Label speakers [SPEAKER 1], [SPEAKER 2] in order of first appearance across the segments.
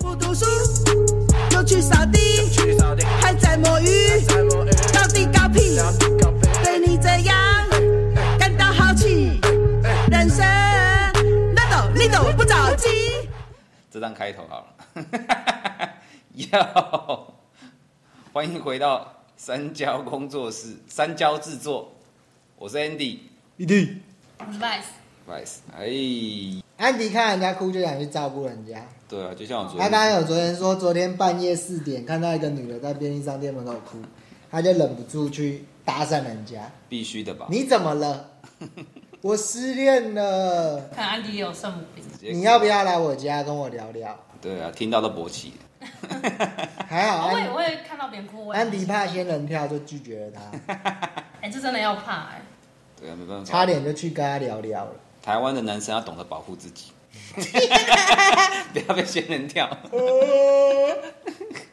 [SPEAKER 1] 读书，又去扫地，
[SPEAKER 2] 去扫地，
[SPEAKER 1] 还在摸鱼，
[SPEAKER 2] 在摸鱼，
[SPEAKER 1] 到底搞屁？
[SPEAKER 2] 要去搞屁，
[SPEAKER 1] 对你这样感到好奇，人生难道你都不着急？
[SPEAKER 3] 这张开头好了。 哟，欢迎回到三焦工作室，三焦制作，我是 Andy，
[SPEAKER 4] 对，
[SPEAKER 5] Vice，
[SPEAKER 3] 不好意思，哎，
[SPEAKER 4] 安迪看人家哭就想去照顾人家。
[SPEAKER 3] 对啊，就像我昨
[SPEAKER 4] 他刚刚
[SPEAKER 3] 天，
[SPEAKER 4] 有昨天说，昨天半夜四点看到一个女的在便利商店门口哭，他就忍不住去搭讪人家
[SPEAKER 3] 必须的吧？：“
[SPEAKER 4] 你怎 么了？我失恋了，
[SPEAKER 5] 看安迪也有圣母病，
[SPEAKER 3] 直接
[SPEAKER 4] 你要不？要来我家跟我聊聊
[SPEAKER 3] 对啊，听到都勃起，？”
[SPEAKER 4] 还 好
[SPEAKER 5] 我也
[SPEAKER 4] 安
[SPEAKER 5] 会看到别人哭，我也
[SPEAKER 4] 安迪怕仙人跳就拒绝了他，
[SPEAKER 5] 哎，这真的要怕哎，
[SPEAKER 3] 对啊，没办法，
[SPEAKER 4] 差点就去跟他聊聊了。
[SPEAKER 3] 台湾的男生要懂得保护自 己，不要被仙人跳。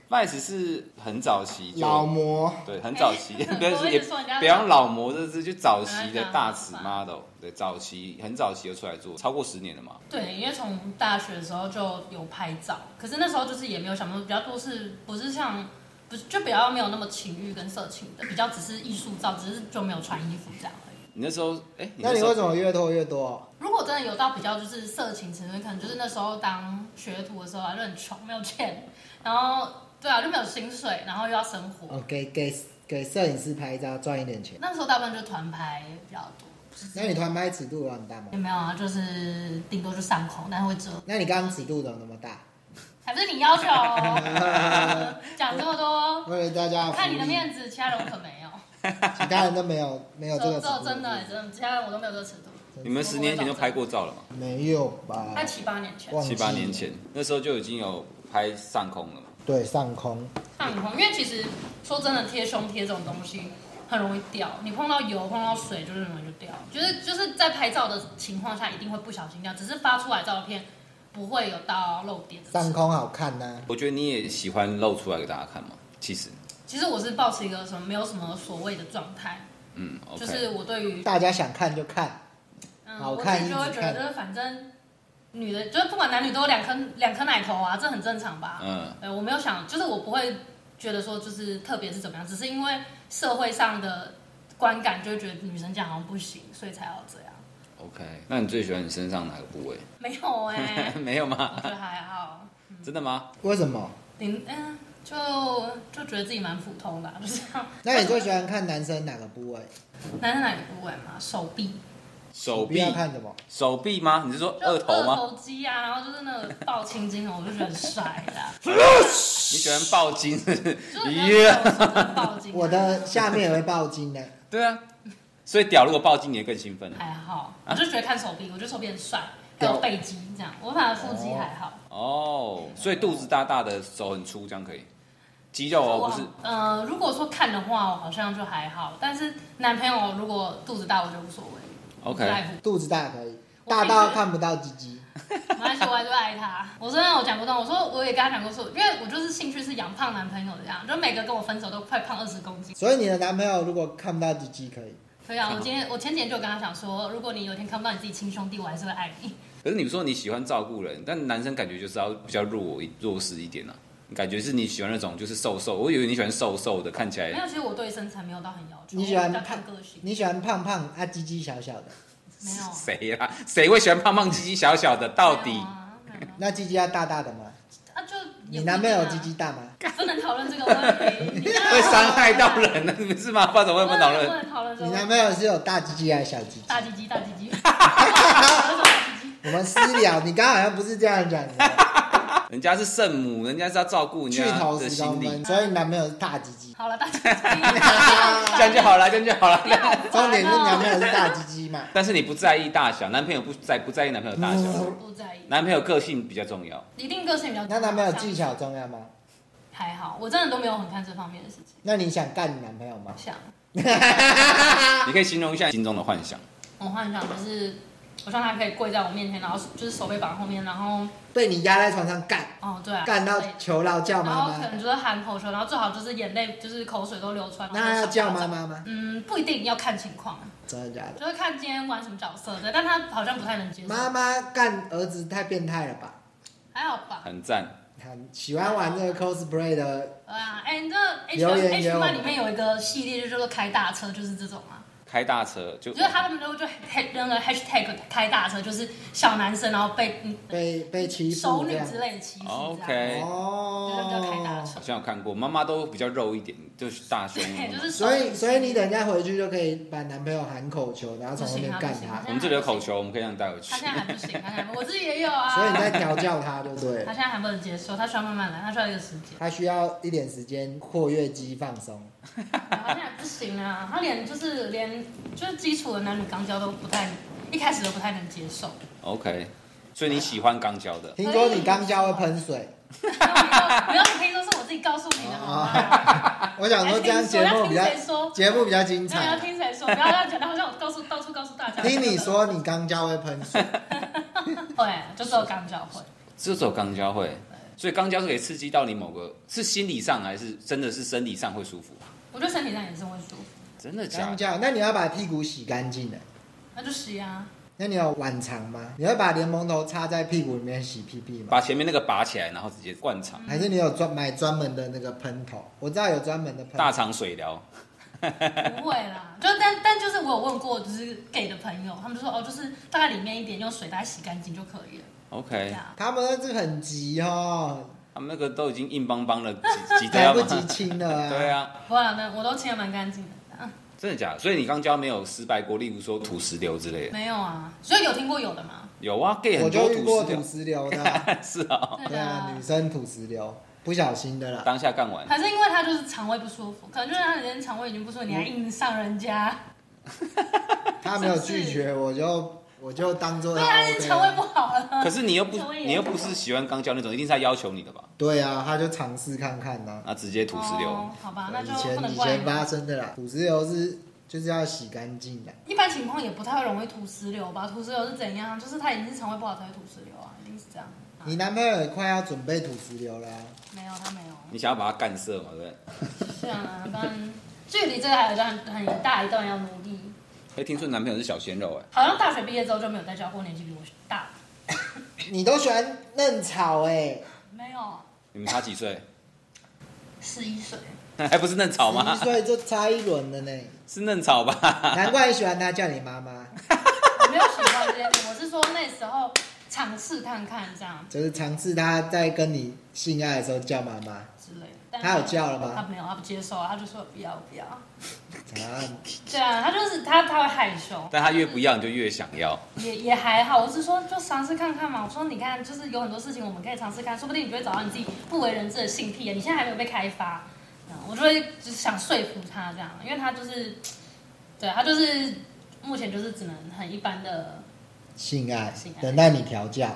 [SPEAKER 3] Vice 是很早期就
[SPEAKER 4] 呃老魔
[SPEAKER 3] 对，很早 期，
[SPEAKER 5] 哎
[SPEAKER 3] 不要
[SPEAKER 5] 我一
[SPEAKER 3] 也
[SPEAKER 5] 直说人家
[SPEAKER 3] 不要老模这只，就早期的大尺
[SPEAKER 5] 哎呀
[SPEAKER 3] model，对，早期很早期就出来做，超过十年了嘛。
[SPEAKER 5] 对，因为从大学的时候就有拍照，可是那时候就是也没有想到，比较多是不是像不是就比较没有那么情欲跟色情的，比较只是艺术照，只是就没有穿衣服这样而已。
[SPEAKER 3] 你那时候，哎，
[SPEAKER 4] 那你
[SPEAKER 3] 时候
[SPEAKER 4] 为什么越拖越多？
[SPEAKER 5] 如果真的有到比较就是色情成分，可能就是那时候当学徒的时候啊，就很穷，没有钱，然后对啊就没有薪水，然后又要生活。
[SPEAKER 4] 哦，给给给摄影师拍照赚一点钱。
[SPEAKER 5] 那时候大部分就团拍比较多，
[SPEAKER 4] 那你团拍尺度有很大吗
[SPEAKER 5] 也？没有啊，就是顶多就上空，但会遮。
[SPEAKER 4] 那你刚刚尺度怎么那么大？
[SPEAKER 5] 还不是你要 求哦，讲这么多，
[SPEAKER 4] 为了大家
[SPEAKER 5] 我
[SPEAKER 4] 的
[SPEAKER 5] 看你的
[SPEAKER 4] 福利
[SPEAKER 5] 面子，其他人我可没有。
[SPEAKER 4] 其他人都没有没有
[SPEAKER 5] 这
[SPEAKER 4] 这个
[SPEAKER 5] 这
[SPEAKER 4] 尺度，
[SPEAKER 5] 哦真的哦真的，其他人我都没有这个尺度。
[SPEAKER 3] 你们十年前就拍过照了嘛？
[SPEAKER 4] 没有吧
[SPEAKER 5] 在？七八年前
[SPEAKER 4] 忘记
[SPEAKER 3] 七八年前，那时候就已经有拍上空了嘛。
[SPEAKER 4] 对上空，
[SPEAKER 5] 上你碰，因为其实说真的，贴胸贴这种东西很容易掉，你碰到油碰到水就是容易就掉，就是就是在拍照的情况下一定会不小心掉，只是发出来照片不会有到漏点的
[SPEAKER 4] 上
[SPEAKER 5] 事。
[SPEAKER 4] 空好看呐、
[SPEAKER 3] 我觉得你也喜欢露出来给大家看嘛。其实，
[SPEAKER 5] 其实我是保持一个什么没有什么所谓的状态，
[SPEAKER 3] 嗯
[SPEAKER 5] 就
[SPEAKER 3] ，OK，
[SPEAKER 5] 是我对于
[SPEAKER 4] 大家想看就看，
[SPEAKER 5] 嗯，
[SPEAKER 4] 好
[SPEAKER 5] 我自
[SPEAKER 4] 看
[SPEAKER 5] 己就会
[SPEAKER 4] 一直
[SPEAKER 5] 觉得，
[SPEAKER 4] 看
[SPEAKER 5] 就是反正女的，就是不管男女都有两颗两颗奶头啊，这很正常吧？
[SPEAKER 3] 嗯，
[SPEAKER 5] 呃，我没有想，就是我不会觉得说就是特别是怎么样，只是因为社会上的观感就会觉得女生这样好像不行，所以才要这样。
[SPEAKER 3] OK。那你最喜欢你身上哪个部位？
[SPEAKER 5] 没有哎、 啊
[SPEAKER 3] 没有
[SPEAKER 5] 我觉
[SPEAKER 3] 吗？
[SPEAKER 5] 得还好。
[SPEAKER 3] 真的吗？
[SPEAKER 4] 为什么？
[SPEAKER 5] 你嗯，就就觉得自己蛮普通的啊、就是这样。
[SPEAKER 4] 那你最喜欢看男生哪个部位？
[SPEAKER 5] 男生哪个部位嘛？手臂，
[SPEAKER 3] 手
[SPEAKER 4] 不
[SPEAKER 3] 臂？
[SPEAKER 4] 要看什么？
[SPEAKER 3] 手臂吗？你是说
[SPEAKER 5] 就
[SPEAKER 3] 二头
[SPEAKER 5] 二
[SPEAKER 3] 吗？
[SPEAKER 5] 头肌啊，然后就是那个抱青筋，我就觉得很帅 的啊，
[SPEAKER 3] 你喜欢抱筋 是不是？
[SPEAKER 5] 就是很
[SPEAKER 3] 耶、
[SPEAKER 5] 像手的抱筋啊。
[SPEAKER 4] 我的下面也会爆筋的，
[SPEAKER 3] 对啊，所以屌如果抱筋，你会更兴奋。
[SPEAKER 5] 还好，
[SPEAKER 4] 啊
[SPEAKER 5] 我就觉得看手臂，我觉得手臂很帅，还有背肌这样，我反而腹肌还好。
[SPEAKER 3] 哦，所以肚子大大的，手很粗，这样可以。肌肉
[SPEAKER 5] 我
[SPEAKER 3] 哦，
[SPEAKER 5] 好
[SPEAKER 3] 不是，
[SPEAKER 5] 呃，如果说看的话，我好像就还好，但是男朋友如果肚子大，我就无所谓
[SPEAKER 3] OK
[SPEAKER 5] 我不在乎，
[SPEAKER 4] 肚子大可以，
[SPEAKER 5] 我
[SPEAKER 4] 大到看不到鸡鸡。
[SPEAKER 5] 没关系，我还是会爱他。我真的有讲过这种，我说我也跟他讲过说，因为我就是兴趣是养胖男朋友这样，就每个跟我分手都快胖二十公斤。
[SPEAKER 4] 所以你的男朋友如果看不到鸡鸡可以，
[SPEAKER 5] 所以啊，我今天我前几天就有跟他讲说，如果你有一天看不到你自己亲兄弟，我还是会爱你。
[SPEAKER 3] 可是你说你喜欢照顾人，但男生感觉就是要比较弱一弱势一点啊。你感觉是你喜欢那种就是瘦瘦，我以为你喜欢瘦瘦的，看起
[SPEAKER 5] 没
[SPEAKER 3] 来
[SPEAKER 5] 有，其实我对身材没有到很要求，
[SPEAKER 4] 你喜欢
[SPEAKER 5] 我比较
[SPEAKER 4] 胖
[SPEAKER 5] 看个性，
[SPEAKER 4] 你喜欢胖胖啊，鸡鸡小小的，
[SPEAKER 5] 没有
[SPEAKER 3] 谁啦？谁会喜欢胖胖、鸡鸡小小的？到
[SPEAKER 5] 没
[SPEAKER 3] 底
[SPEAKER 5] 有啊没有啊
[SPEAKER 4] 那鸡鸡要大大的吗？
[SPEAKER 5] 啊，就
[SPEAKER 4] 你
[SPEAKER 5] 也不一定啊
[SPEAKER 4] 男朋友鸡鸡大吗？
[SPEAKER 5] 不能讨论这个问题，
[SPEAKER 3] 会
[SPEAKER 5] 会
[SPEAKER 3] 伤害到。人呢？你是吗？不然怎么会不讨
[SPEAKER 5] 不
[SPEAKER 3] 论？
[SPEAKER 5] 能讨论这
[SPEAKER 4] 你
[SPEAKER 5] 个问
[SPEAKER 4] 男
[SPEAKER 5] 题。
[SPEAKER 4] 朋友是有大鸡鸡还是小鸡鸡？
[SPEAKER 5] 大鸡鸡，大鸡鸡。大鸡鸡
[SPEAKER 4] 我们私聊，你刚刚好像不是这样讲的。
[SPEAKER 3] 人家是圣母，人家是要照顾人
[SPEAKER 4] 巨
[SPEAKER 3] 家
[SPEAKER 4] 头
[SPEAKER 3] 的
[SPEAKER 4] 十
[SPEAKER 3] 心
[SPEAKER 4] 公
[SPEAKER 3] 理，
[SPEAKER 4] 分，所以你男朋友是大鸡 鸡。
[SPEAKER 5] 好了，大鸡鸡。
[SPEAKER 3] 这样就好了，这样就好了。
[SPEAKER 4] 重点是你男朋友是大鸡鸡嘛？
[SPEAKER 3] 但是你不在意大小，男朋友不在不在意男朋友大小，
[SPEAKER 5] 不在意，
[SPEAKER 3] 男朋友个性比较重要。
[SPEAKER 5] 一定个性比较。
[SPEAKER 4] 那男朋友技巧重要吗？
[SPEAKER 5] 还好，我真的都没有很看这方面的事情。
[SPEAKER 4] 那你想干你男朋友吗？
[SPEAKER 5] 想，
[SPEAKER 3] 你可以形容一下你心中的幻想，
[SPEAKER 5] 我幻想就是，我希望他可以跪在我面前，然后就是手被绑后面，然后
[SPEAKER 4] 被你压在床上干，
[SPEAKER 5] 哦对啊，
[SPEAKER 4] 干到求饶叫
[SPEAKER 5] 然
[SPEAKER 4] 妈
[SPEAKER 5] 后可能
[SPEAKER 4] 妈，
[SPEAKER 5] 就是喊口球，然后最好就是眼泪就是口水都流出来。
[SPEAKER 4] 那要叫妈？妈吗？
[SPEAKER 5] 嗯，不一定要看情况，
[SPEAKER 4] 真的假的？
[SPEAKER 5] 就是看今天玩什么角色对，但他好像不太能接受。
[SPEAKER 4] 妈妈干儿子太变态了吧？
[SPEAKER 5] 还好吧，
[SPEAKER 3] 很赞。
[SPEAKER 4] 看喜欢玩那个 cosplay 的，
[SPEAKER 5] 啊，哎，那 H
[SPEAKER 4] 留言给
[SPEAKER 5] H
[SPEAKER 4] 我
[SPEAKER 5] 漫里面有一个系列，就叫做开大车，就是这种啊。
[SPEAKER 3] 开大车就
[SPEAKER 5] 我觉得他们都就 ha- 那个 hashtag 开大车，就是小男生然后被嗯
[SPEAKER 4] 被被欺
[SPEAKER 5] 熟
[SPEAKER 4] 负这
[SPEAKER 5] 女
[SPEAKER 4] 样。
[SPEAKER 5] 之类的歧视这样，
[SPEAKER 3] 哦 OK，
[SPEAKER 5] 就是叫开大
[SPEAKER 4] 哦，
[SPEAKER 5] 车
[SPEAKER 3] 好。像有看过，妈妈都比较肉一点，就是大胸。
[SPEAKER 5] 对， 就是熟
[SPEAKER 4] 所以
[SPEAKER 5] 女。
[SPEAKER 4] 所以你等一下回去就可以把男朋友喊口球，然后从后面干
[SPEAKER 5] 不行啊
[SPEAKER 4] 他
[SPEAKER 5] 不，
[SPEAKER 3] 我们这里有口球，我们可以让你带回去
[SPEAKER 5] 他。现在还不行， 他现在还不我自己也有啊。
[SPEAKER 4] 所以你在调教他就
[SPEAKER 5] 他
[SPEAKER 4] 对了。
[SPEAKER 5] 现在还不能接受，他需要慢慢来，他需要一个时间。
[SPEAKER 4] 他需要一点时间括约肌放松。
[SPEAKER 5] 他现在不行啊，他连就是连就是基础的男女肛交都不太，一开始都不太能接 受。
[SPEAKER 3] OK，所以你喜欢肛交的？
[SPEAKER 4] 听说你刚教会喷水，
[SPEAKER 5] 不要听说是我自己告诉你的好吗？
[SPEAKER 4] 哦 我想说这样节目比
[SPEAKER 5] 要听谁
[SPEAKER 4] 较
[SPEAKER 5] 说
[SPEAKER 4] 节目比较精
[SPEAKER 5] 那你要
[SPEAKER 4] 彩。
[SPEAKER 5] 听谁说？不要让讲的好像我告诉到处告诉大家。
[SPEAKER 4] 听你说你刚教会喷水，
[SPEAKER 5] 会，就只有肛交会。
[SPEAKER 3] 这首肛交会，所以肛交是可以刺激到你某个，是心理上还是真的是生理上会舒服？
[SPEAKER 5] 我觉得身体上也是会舒服，
[SPEAKER 3] 真的假
[SPEAKER 4] 刚
[SPEAKER 3] 的？
[SPEAKER 4] 教，那你要把屁股洗干净的。
[SPEAKER 5] 那就洗啊。
[SPEAKER 4] 那你有晚长吗？你会把莲蓬头插在屁股里面洗屁屁吗？
[SPEAKER 3] 把前面那个拔起来，然后直接灌肠，
[SPEAKER 5] 嗯
[SPEAKER 4] 还是你有专买专门的那个喷头？我知道有专门的喷
[SPEAKER 3] 大
[SPEAKER 4] 头。
[SPEAKER 3] 肠水疗。
[SPEAKER 5] 不会啦，就但但就是我有问过，就是 gay 的朋友，他们就说哦，就是大概里面一点用水把它洗干净就可以了，这
[SPEAKER 3] OK，
[SPEAKER 5] 样。
[SPEAKER 4] 他们那是很急哦，
[SPEAKER 3] 他们那个都已经硬邦邦的， 急急得
[SPEAKER 4] 来
[SPEAKER 3] 要
[SPEAKER 4] 不
[SPEAKER 3] 吗？
[SPEAKER 4] 及清了 啊！
[SPEAKER 3] 对，啊，
[SPEAKER 5] 不然呢，我都清的蛮干净的。啊
[SPEAKER 3] 真的假的？所以你肛交没有失败过，例如说土石流之类的？
[SPEAKER 5] 没有啊，所以有听过有的吗？
[SPEAKER 3] 有啊，gay
[SPEAKER 4] 我
[SPEAKER 3] 很
[SPEAKER 4] 就
[SPEAKER 3] 多
[SPEAKER 4] 遇过
[SPEAKER 3] 土
[SPEAKER 4] 土
[SPEAKER 3] 石
[SPEAKER 4] 石流 的啊，
[SPEAKER 3] 流，是啊，
[SPEAKER 5] 对
[SPEAKER 4] 对啊，女生土石流，不小心的啦。
[SPEAKER 3] 当下干完。
[SPEAKER 5] 还是因为他就是肠胃不舒服，可能就是他人家肠胃已经不舒服，你还硬上人家，
[SPEAKER 4] 他没有拒绝，我就我就当做
[SPEAKER 5] 对
[SPEAKER 4] 他
[SPEAKER 5] 啊，已
[SPEAKER 4] OK
[SPEAKER 5] 经肠胃不好了。
[SPEAKER 3] 可是你又不
[SPEAKER 5] 肠胃，炎
[SPEAKER 3] 你又不是喜欢肛交那种，一定是他要求你的吧？
[SPEAKER 4] 对啊，他就尝试看看呐、
[SPEAKER 3] 那直接土石流
[SPEAKER 5] 哦，好吧，那就
[SPEAKER 4] 以
[SPEAKER 5] 不
[SPEAKER 4] 前
[SPEAKER 5] 能
[SPEAKER 4] 以
[SPEAKER 5] 怪
[SPEAKER 4] 前发
[SPEAKER 5] 你。
[SPEAKER 4] 生的啦，土石流是就是要洗干净的。
[SPEAKER 5] 一般情况也不太会容易吐石流吧？吐石流是怎样？就是他已经是肠胃不好才会吐石流啊，一定是这样。啊
[SPEAKER 4] 你男朋友也快要准备土石流了啊、
[SPEAKER 5] 没有，他没有。
[SPEAKER 3] 你想要把它干射嘛，对不对？
[SPEAKER 5] 是啊，当然，距离这个还有一段很很大一段要努力。
[SPEAKER 3] 哎，听说你男朋友是小鲜肉，哎，
[SPEAKER 5] 好像大学毕业之后就没有再交过年纪比我大的，
[SPEAKER 4] 你都喜欢嫩草哎、
[SPEAKER 5] 没有，
[SPEAKER 3] 你们差几 岁？
[SPEAKER 5] 十一岁。
[SPEAKER 3] 还不是嫩草吗
[SPEAKER 4] 十一？岁就差一轮了呢，
[SPEAKER 3] 是嫩草吧？
[SPEAKER 4] 难怪你喜欢他叫你妈妈，
[SPEAKER 5] 我没有喜欢这件事，我是说那时候尝试看看这样
[SPEAKER 4] 就是尝试他在跟你性爱的时候叫妈妈
[SPEAKER 5] 之类的。但
[SPEAKER 4] 他有叫了吗
[SPEAKER 5] 他没有，他不接受啊，他就说不要不要。
[SPEAKER 4] 啊。
[SPEAKER 5] 对啊，他就是他他会害羞，
[SPEAKER 3] 但他越不要，你就越想要。
[SPEAKER 5] 也也还好。我是说就尝试看看嘛。我说你看，就是有很多事情我们可以尝试看，说不定你就会找到你自己不为人知的性癖啊。你现在还没有被开发，嗯我就会就是想说服他这样，因为他就是，对他就是目前就是只能很一般的。
[SPEAKER 4] 性爱
[SPEAKER 5] 性，爱
[SPEAKER 4] 等待你调教。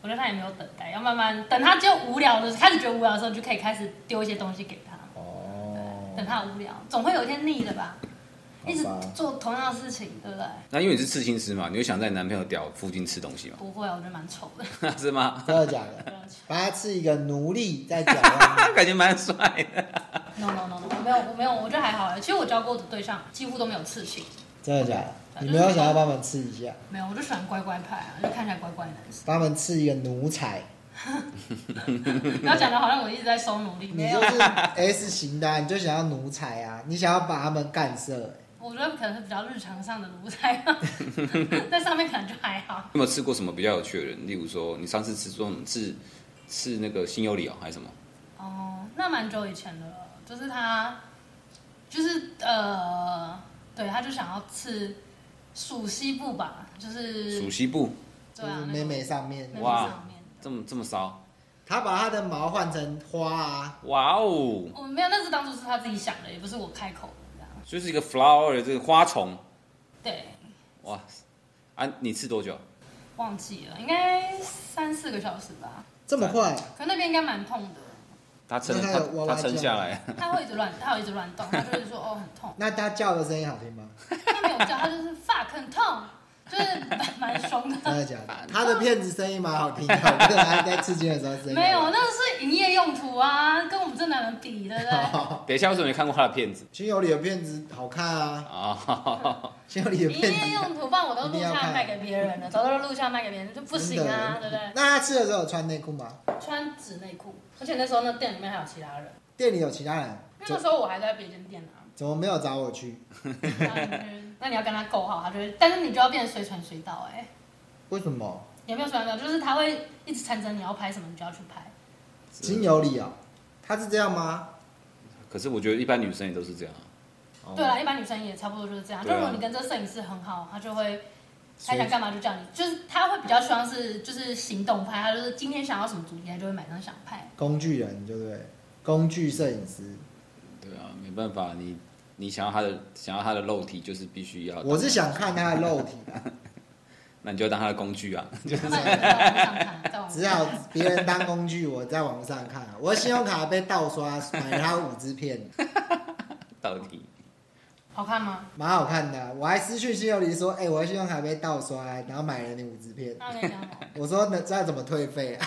[SPEAKER 5] 我觉得他也没有等待，要慢慢等他就无聊的开始觉得无聊的时候，你就可以开始丢一些东西给他。
[SPEAKER 4] 哦
[SPEAKER 5] 等他无聊，总会有一天腻的吧？一直
[SPEAKER 4] 好吧
[SPEAKER 5] 做同样的事情，对不对？
[SPEAKER 3] 那因为你是刺青师嘛，你会想在你男朋友屌附近吃东西
[SPEAKER 5] 不会啊，我觉得蛮丑的。
[SPEAKER 3] 嘛？ 是吗？
[SPEAKER 4] 真的假的？把他吃一个奴隶在脚上 面，
[SPEAKER 3] 感觉蛮帅的。
[SPEAKER 5] no no no no，我没有我没有，我觉得还好啊。其实我交过的对象几乎都没有刺青，
[SPEAKER 4] 真的假的？你没有想要帮忙吃一下，
[SPEAKER 5] 没有，我就喜欢乖乖派啊，就看起来乖乖的男生。
[SPEAKER 4] 帮忙吃一个奴才？
[SPEAKER 5] 不要讲的好像我一直在收奴隶，
[SPEAKER 4] 你
[SPEAKER 5] 没
[SPEAKER 4] 就
[SPEAKER 5] 有，
[SPEAKER 4] 是 S 型的啊、你就想要奴才啊，你想要把他们干涉、欸
[SPEAKER 5] 我觉得可能是比较日常上的奴才，啊 在上面可能就还好。
[SPEAKER 3] 有没有吃过什么比较有趣的人？例如说，你上次吃这种是是那个新优里哦，还是什么？
[SPEAKER 5] 哦，那蛮久以前的了，就是他，就是呃，对，他就想要刺属西部吧，就是
[SPEAKER 3] 属西部
[SPEAKER 5] 对
[SPEAKER 4] 就
[SPEAKER 5] 啊
[SPEAKER 4] 是，
[SPEAKER 5] 那
[SPEAKER 4] 妹
[SPEAKER 5] 个
[SPEAKER 4] 妹上面，
[SPEAKER 5] 那个
[SPEAKER 3] 哇
[SPEAKER 5] 上面
[SPEAKER 3] 这么这么骚？
[SPEAKER 4] 他把他的毛换成花啊，
[SPEAKER 3] 哇哦，
[SPEAKER 5] 我没有，那是当初是他自己想的，也不是我开口的这样。
[SPEAKER 3] 就是一个 flower 这个花丛。
[SPEAKER 5] 对，
[SPEAKER 3] 哇，啊，你吃多久？
[SPEAKER 5] 忘记了，应该三四个小时吧。
[SPEAKER 4] 这么快？
[SPEAKER 5] 可那边应该蛮痛的，
[SPEAKER 3] 他撑
[SPEAKER 4] 那他有娃
[SPEAKER 3] 他他
[SPEAKER 4] 娃
[SPEAKER 3] 撑
[SPEAKER 4] 酱
[SPEAKER 3] 下来，
[SPEAKER 5] 他会一直乱，他会一直乱动，他就是说哦很痛，
[SPEAKER 4] 那他叫的声音好听吗？
[SPEAKER 5] 他没有叫，他就是 fuck 很痛，就是蛮蛮凶
[SPEAKER 4] 真
[SPEAKER 5] 的。
[SPEAKER 4] 的假的？他的骗子声音蛮好听的，我不知道他在吃惊的时候声音。
[SPEAKER 5] 没有，那是就是营业用途啊，跟我们这哪能比， 对不对？
[SPEAKER 4] 哦
[SPEAKER 3] 等一下，为什么没看过他的片子
[SPEAKER 4] 亲友里的片子好看啊，
[SPEAKER 3] 啊？
[SPEAKER 4] 亲友里的
[SPEAKER 5] 营
[SPEAKER 4] 片
[SPEAKER 5] 业
[SPEAKER 4] 子
[SPEAKER 5] 用途，不然我都录下卖给别人了，早都录下卖给别人就不
[SPEAKER 4] 真
[SPEAKER 5] 行
[SPEAKER 4] 的
[SPEAKER 5] 啊，对不对？
[SPEAKER 4] 那他吃的时候有穿内裤吗？
[SPEAKER 5] 穿纸内裤，而且那时候那店里面还有其他人，
[SPEAKER 4] 店里有其他人，
[SPEAKER 5] 因为那
[SPEAKER 4] 怎
[SPEAKER 5] 时候我还在别间店 啊。
[SPEAKER 4] 怎么没有找我去？
[SPEAKER 5] 那你要跟他够好，他就会，但是你就要变得随传随到、哎，
[SPEAKER 4] 为什么？
[SPEAKER 5] 也没有随传随到，就是他会一直缠着你要拍什么，你就要去拍。
[SPEAKER 4] 亲友里哦，他是这样吗？
[SPEAKER 3] 可是我觉得一般女生也都是这样啊，
[SPEAKER 4] 哦
[SPEAKER 5] 对啦，一般女生也差不多就是这样。就
[SPEAKER 3] 对啊
[SPEAKER 5] 如果你跟这摄影师很好，他就会他
[SPEAKER 4] 所以
[SPEAKER 5] 想干嘛就叫你，就是他会比较希望是就是行动派，他就是今天想要什么主题，他就会马上想 拍。
[SPEAKER 4] 工具人对不对？工具摄影师，
[SPEAKER 3] 对啊，没办法，你你想要他的想要他的肉体，就是必须
[SPEAKER 5] 哦
[SPEAKER 3] 要，
[SPEAKER 4] 我是想看他的肉体啊，
[SPEAKER 3] 那你就当他的工具啊，
[SPEAKER 5] 那你就在网上看，在网
[SPEAKER 4] 只
[SPEAKER 5] 上
[SPEAKER 4] 好
[SPEAKER 5] 看。
[SPEAKER 4] 别人当工具，我在网上看啊。我信用卡被盗刷，买了他五支片，
[SPEAKER 3] 到底
[SPEAKER 5] 好看吗？
[SPEAKER 4] 蛮好看的啊。我还私讯信友里说，哎、我的信用卡被盗刷，然后买了你五支 片。
[SPEAKER 5] 那我哦跟你讲好，
[SPEAKER 4] 我说那这样怎么退费啊？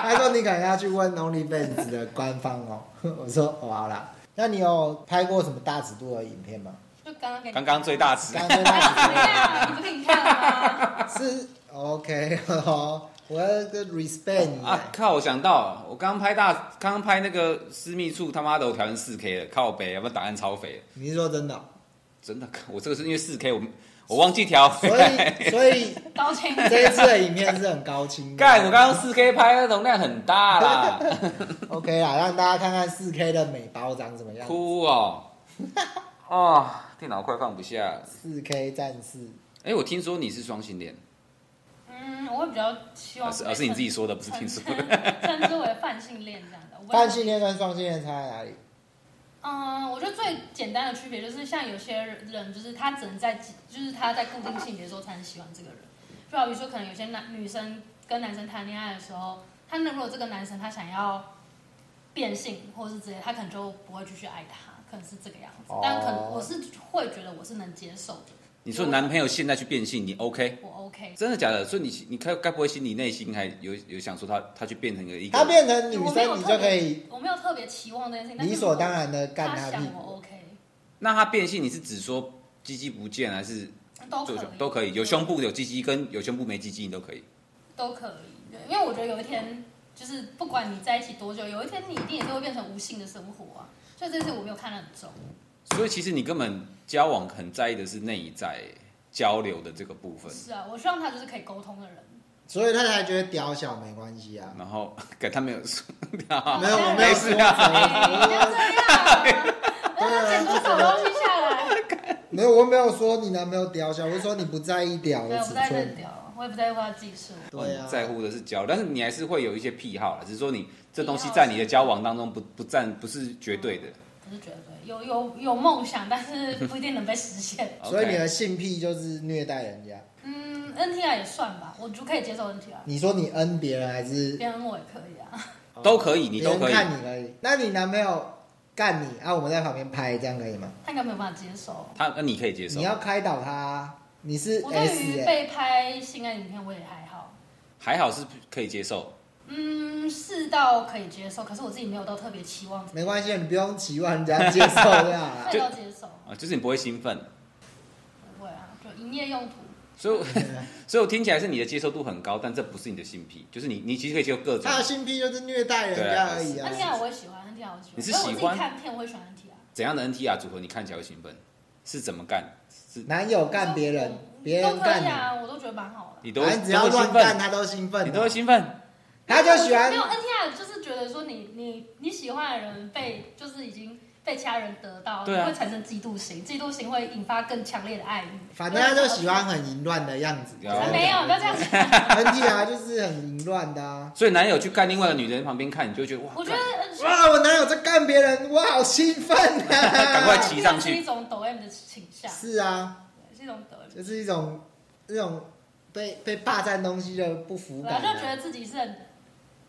[SPEAKER 4] 他说你可能要去问 OnlyFans 的官方哦。 我说哦好啦，那你有拍过什么大尺度的影片吗？
[SPEAKER 5] 就刚刚给你
[SPEAKER 3] 刚刚最大值
[SPEAKER 4] 刚刚说
[SPEAKER 5] 哎
[SPEAKER 4] 大
[SPEAKER 5] 怎么样？你不是给你看了吗？
[SPEAKER 4] 是 OK 哦，我要个 respect 你啊、
[SPEAKER 3] 啊靠！我想到了，我刚拍大，刚刚拍那个私密处，他妈的我调成四 K 了，靠北，要不然档案超肥，
[SPEAKER 4] 你是说真的哦、
[SPEAKER 3] 真的，靠我这个是因为四 K，我我忘记调回
[SPEAKER 4] 所
[SPEAKER 3] 来。
[SPEAKER 4] 以所以
[SPEAKER 5] 高清
[SPEAKER 4] 这一次的影片是很高清的。
[SPEAKER 3] 干，我刚刚四 K 拍，容量很大啦，
[SPEAKER 4] OK 啦，让大家看看四 K 的美包长怎么样。
[SPEAKER 3] 哭哦，哦，电脑快放不下了。
[SPEAKER 4] 四 K 战士，
[SPEAKER 3] 哎，我听说你是双性恋，
[SPEAKER 5] 嗯，我会比较希望
[SPEAKER 3] 哦而是而是你自己说的，不是听说的。
[SPEAKER 5] 称之为泛性恋这样的。我不知道
[SPEAKER 4] 泛性恋跟双性恋差在哪里？
[SPEAKER 5] 嗯，我觉得最简单的区别就是，像有些人就是他只能在几，就是他在固定性别的时候才能喜欢这个人。就好比说，可能有些男女生跟男生谈恋爱的时候，他如果这个男生他想要变性或是之类的，他可能就不会继续爱他，可能是这个样子
[SPEAKER 4] 哦。
[SPEAKER 5] 但可能我是会觉得我是能接受的，
[SPEAKER 3] 你说你男朋友现在去变性，你 OK？
[SPEAKER 5] 我 OK。
[SPEAKER 3] 真的假的？所以你你该该不会心里内心还有有想说他他去变成一个一
[SPEAKER 4] 他
[SPEAKER 3] 个？
[SPEAKER 4] 变成女
[SPEAKER 5] 我没有
[SPEAKER 4] 生，你
[SPEAKER 5] 特
[SPEAKER 4] 就
[SPEAKER 5] 别
[SPEAKER 4] 可以
[SPEAKER 5] 我没有特别期望这件事情，但是
[SPEAKER 4] 理所当然的干
[SPEAKER 5] 他
[SPEAKER 4] 屁
[SPEAKER 5] 想
[SPEAKER 4] 股。
[SPEAKER 5] 我 OK
[SPEAKER 3] 那他变性，你是只说鸡鸡不见还是
[SPEAKER 5] 都可
[SPEAKER 3] 就
[SPEAKER 5] 以
[SPEAKER 3] 是都可以，有胸部有鸡鸡跟有胸部没鸡鸡你都可以。
[SPEAKER 5] 都可以，对因为我觉得有一天，就是不管你在一起多久，有一天你一定也是会变成无性的生活啊。所以这次我没有看得很重，
[SPEAKER 3] 所以其实你根本交往很在意的是内在交流的这个部分。
[SPEAKER 5] 是啊，我希望他就是可以沟通的人。
[SPEAKER 4] 所以他才觉得屌小没关系啊。
[SPEAKER 3] 然后，给他没有说，
[SPEAKER 4] 没有，我没
[SPEAKER 5] 没
[SPEAKER 4] 有
[SPEAKER 3] 事
[SPEAKER 4] 说
[SPEAKER 5] 哎不要这样，
[SPEAKER 4] 谁
[SPEAKER 5] 让他剪多少东西下来？
[SPEAKER 4] 没有，我没有说你男朋友屌小，我是说你不在意屌
[SPEAKER 5] 对，啊我
[SPEAKER 4] 的尺
[SPEAKER 5] 不在认
[SPEAKER 4] 寸。
[SPEAKER 5] 掉，我也不在乎他技术。
[SPEAKER 4] 对啊，
[SPEAKER 3] 在乎的是交流，但是你还是会有一些癖好啦，只是说你这东西在你的交往当中不不占不是绝对的。
[SPEAKER 5] 不是绝对有有有梦想，但是不一定能被实现。
[SPEAKER 4] 所以你
[SPEAKER 3] OK
[SPEAKER 4] 的性癖就是虐待人家。
[SPEAKER 5] 嗯，NTR 也算吧，我就可以接受 NTR，
[SPEAKER 4] 你说你恩别人还是
[SPEAKER 5] 别人我也可以啊。
[SPEAKER 4] 哦
[SPEAKER 3] 都可以，你
[SPEAKER 4] 别
[SPEAKER 3] 都
[SPEAKER 4] 人
[SPEAKER 3] 可以。
[SPEAKER 4] 看你而已？那你男朋友干你啊，我们在旁边拍，这样可以吗？
[SPEAKER 5] 他应该没有办法接受。
[SPEAKER 3] 他那你可以接受
[SPEAKER 4] 你，要开导他啊，你是
[SPEAKER 5] 我
[SPEAKER 4] S
[SPEAKER 5] 对于
[SPEAKER 4] 欸
[SPEAKER 5] 被拍性爱影片我也还好，
[SPEAKER 3] 还好是可以接受。
[SPEAKER 5] 嗯，是到可以接受，可是我自己没有到特别期望，
[SPEAKER 4] 没关系，你不用期望人家接受这样啊。
[SPEAKER 5] 快到接受，
[SPEAKER 3] 啊，就是你不会兴奋，
[SPEAKER 5] 不会啊，就营业用途，
[SPEAKER 3] 所以我 所以我听起来是你的接受度很高，但这不是你的性癖，就是你你其实可以接受各 种
[SPEAKER 4] 他的性癖就是虐待人家而已啊
[SPEAKER 5] 那。天我也喜欢，那天啊我
[SPEAKER 3] 你
[SPEAKER 5] 也
[SPEAKER 3] 是
[SPEAKER 5] 喜欢，所以
[SPEAKER 3] 喜
[SPEAKER 5] 我
[SPEAKER 3] 欢
[SPEAKER 5] 自己看片我会喜欢 T 啊，
[SPEAKER 3] 怎样的 NTR 组合，你看起来会兴奋，是怎么干，是
[SPEAKER 4] 男友干别人，别人
[SPEAKER 5] 都可以
[SPEAKER 4] 干
[SPEAKER 5] 啊，我都觉得蛮好的。
[SPEAKER 3] 你
[SPEAKER 4] 你，
[SPEAKER 3] 都
[SPEAKER 4] 反正只要
[SPEAKER 3] 都会
[SPEAKER 4] 乱
[SPEAKER 3] 兴
[SPEAKER 4] 干
[SPEAKER 3] 奋，
[SPEAKER 4] 他啊都兴奋
[SPEAKER 3] 你都会，兴奋。
[SPEAKER 4] 他就喜欢
[SPEAKER 5] 没有呃 NTR，就是觉得说你你你喜欢的人被就是已经被其他人得到，
[SPEAKER 3] 对啊
[SPEAKER 5] 你会产生嫉妒心，嫉妒心会引发更强烈的爱欲。哎
[SPEAKER 4] 反正他就喜欢很淫乱的样子。
[SPEAKER 3] 了解
[SPEAKER 5] 没有，不要这样讲。
[SPEAKER 4] NTR 就是 很淫乱的啊。
[SPEAKER 3] 所以男友去干另外一个女人旁边看，你就会觉得哇，
[SPEAKER 5] 我觉得
[SPEAKER 4] 哇，我男友在干别人，我好兴奋
[SPEAKER 3] 赶快
[SPEAKER 4] 啊！
[SPEAKER 3] 骑上去
[SPEAKER 5] 是一种抖 M 的倾向，
[SPEAKER 4] 是啊，
[SPEAKER 5] 对是一种抖 M。
[SPEAKER 4] 就是一种那种被被霸占东西的不服
[SPEAKER 5] 对啊，
[SPEAKER 4] 感、
[SPEAKER 5] 就觉
[SPEAKER 4] 啊。
[SPEAKER 5] 得自己是很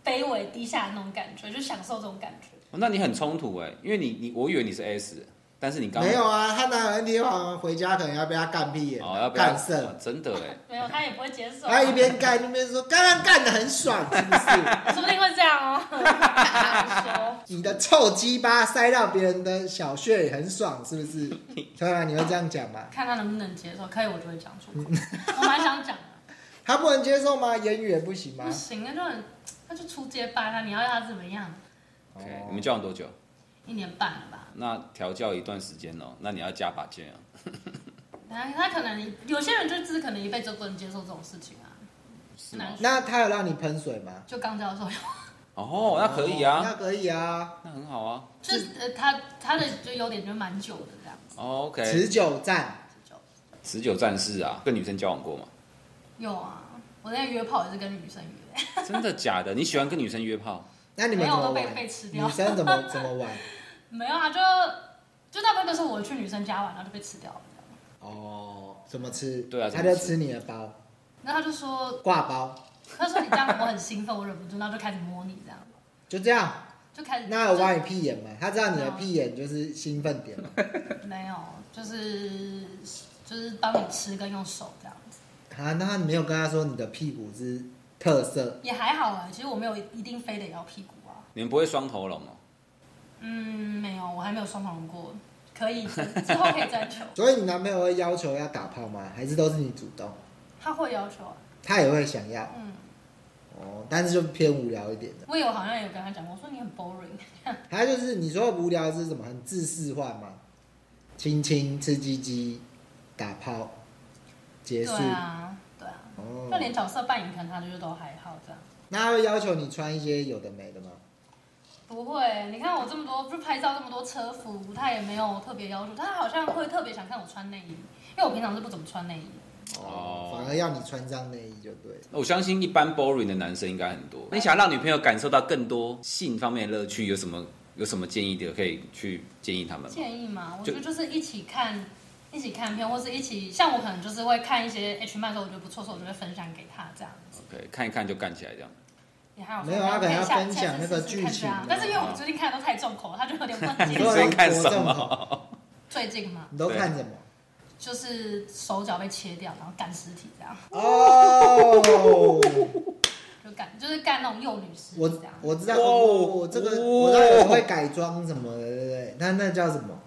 [SPEAKER 5] 卑微
[SPEAKER 3] 哦
[SPEAKER 5] 低下的那种感觉，就享受这种感觉。
[SPEAKER 3] 欸那你很冲突哎、因为你你我以为你是 S，但是你刚
[SPEAKER 4] 没有啊，他拿有 NT 黄回家可能要被他干屁眼，啊
[SPEAKER 3] 哦，要不要
[SPEAKER 4] 干
[SPEAKER 3] 哦
[SPEAKER 4] 射。
[SPEAKER 3] 真的哎，
[SPEAKER 5] 没有，他也不会接受，啊
[SPEAKER 4] 他一边干一边说：“刚刚干的很爽，是不是？
[SPEAKER 5] 说不定会这样 哦。他
[SPEAKER 4] 你的臭鸡巴塞到别人的小穴也很爽，是不 是？”当然你会这样讲吗
[SPEAKER 5] 说？看他能不能接受，可以我就会讲出口。我蛮想讲的，
[SPEAKER 4] 他不能接受吗？言语也 不行吗
[SPEAKER 5] 不？行，那就很，那就出街拜他，你要他怎么样？
[SPEAKER 4] 哦
[SPEAKER 3] OK，你们交往多久？
[SPEAKER 5] 一年半了吧。
[SPEAKER 3] 那调教一段时间哦，那你要加把劲啊。
[SPEAKER 5] 他他可能有些人就是可能一辈子都不能接受这种事情啊，
[SPEAKER 3] 是
[SPEAKER 5] 难
[SPEAKER 3] 吗？
[SPEAKER 5] 说。
[SPEAKER 4] 那他有让你喷水吗？
[SPEAKER 5] 就刚交的时候，
[SPEAKER 3] 哦，那可以
[SPEAKER 4] 哦
[SPEAKER 3] 啊，
[SPEAKER 4] 那可以啊，
[SPEAKER 3] 那很好啊。
[SPEAKER 5] 就是呃他他的就优点就蛮久的这样子，
[SPEAKER 3] 哦 OK，
[SPEAKER 4] 持久战。
[SPEAKER 5] 就
[SPEAKER 3] 持久战士啊，跟女生交往过吗？
[SPEAKER 5] 有啊。我那约炮也是跟女生约，
[SPEAKER 3] 真的假的？你喜欢跟女生约炮？
[SPEAKER 4] 那你
[SPEAKER 5] 没
[SPEAKER 4] 们怎
[SPEAKER 5] 有
[SPEAKER 4] 么
[SPEAKER 5] 都被
[SPEAKER 4] 玩？
[SPEAKER 5] 被吃掉
[SPEAKER 4] 女生 怎么怎么玩？
[SPEAKER 5] 没有啊，就就大部分都是我去女生家玩，然后就被吃掉了这样。
[SPEAKER 4] 哦，怎么吃？
[SPEAKER 3] 对啊
[SPEAKER 4] 他就
[SPEAKER 3] 怎么吃
[SPEAKER 4] 吃你的包，
[SPEAKER 5] 然后他就说，
[SPEAKER 4] 挂包，
[SPEAKER 5] 他说你这样我很兴奋，我忍不住，然后就开始摸你这样，
[SPEAKER 4] 就这样。
[SPEAKER 5] 就开始
[SPEAKER 4] 那有挖
[SPEAKER 5] 就
[SPEAKER 4] 你屁眼吗？他知道你
[SPEAKER 5] 嗯
[SPEAKER 4] 的屁眼就是兴奋点吗？
[SPEAKER 5] 没有，就是就是帮你吃跟用手这样子，
[SPEAKER 4] 啊，那你没有跟他说你的屁股是特色，。
[SPEAKER 5] 也还好啊。其实我没有一定非得要屁股啊，
[SPEAKER 3] 你们不会双头龙哦？
[SPEAKER 5] 嗯，没有，我还没有双头龙过，可以之之后可以征求
[SPEAKER 4] 所以你男朋友会要求要打炮吗？还是都是你主动？
[SPEAKER 5] 他会要求啊，
[SPEAKER 4] 他也会想要
[SPEAKER 5] 嗯，
[SPEAKER 4] 哦，但是就偏无聊一点的。
[SPEAKER 5] 我有好像也有跟他讲过，我说你很 boring，
[SPEAKER 4] 还有就是你说的无聊是什么？很自私化吗？亲亲、吃鸡鸡、打炮，结束。
[SPEAKER 5] 对啊，对啊，
[SPEAKER 4] 哦
[SPEAKER 5] 就，连角色扮演可能他就是都还好这样。
[SPEAKER 4] 那他会要求你穿一些有的没的吗？
[SPEAKER 5] 不会，你看我这么多，就拍照这么多车服，他也没有特别要求，他好像会特别想看我穿内衣，因为我平常是不怎么穿内衣的。
[SPEAKER 3] 哦
[SPEAKER 4] 反而要你穿上内衣就对了。
[SPEAKER 3] 我相信一般 boring 的男生应该很多。那你想让女朋友感受到更多性方面的乐趣，有什么有什么建议的可以去建议他
[SPEAKER 4] 嗯
[SPEAKER 3] 们吗？
[SPEAKER 5] 建议嘛，我
[SPEAKER 3] 就
[SPEAKER 5] 觉得就是一起看，一起看片，或是一起，像我可能就是会看一些 H 漫的时候，我觉得不错，所以我就会分享给他这样子。
[SPEAKER 3] OK，看一看就干起来这样。
[SPEAKER 5] 你还有
[SPEAKER 4] 没有啊
[SPEAKER 5] 说
[SPEAKER 4] 可能要
[SPEAKER 5] 下
[SPEAKER 4] 分享
[SPEAKER 5] 下次
[SPEAKER 4] 那个
[SPEAKER 5] 试试看
[SPEAKER 4] 剧情啊
[SPEAKER 5] 这样但是因为我最近看的都太重口了，他就有点不能接
[SPEAKER 4] 你
[SPEAKER 3] 你
[SPEAKER 4] 都
[SPEAKER 5] 受。
[SPEAKER 3] 最近看
[SPEAKER 4] 国
[SPEAKER 3] 什
[SPEAKER 4] 中
[SPEAKER 3] 么？
[SPEAKER 5] 最近嘛，
[SPEAKER 4] 你都看什么？
[SPEAKER 5] 就是手脚被切掉，然后干尸体这样，
[SPEAKER 4] 哦，
[SPEAKER 5] 就干就是干那种幼女尸体
[SPEAKER 4] 我
[SPEAKER 5] 这样。
[SPEAKER 4] 我知道，
[SPEAKER 3] 哇哦
[SPEAKER 4] 我这个
[SPEAKER 3] 哇
[SPEAKER 4] 我知道有人会改装什么的，对不对？那那叫什么？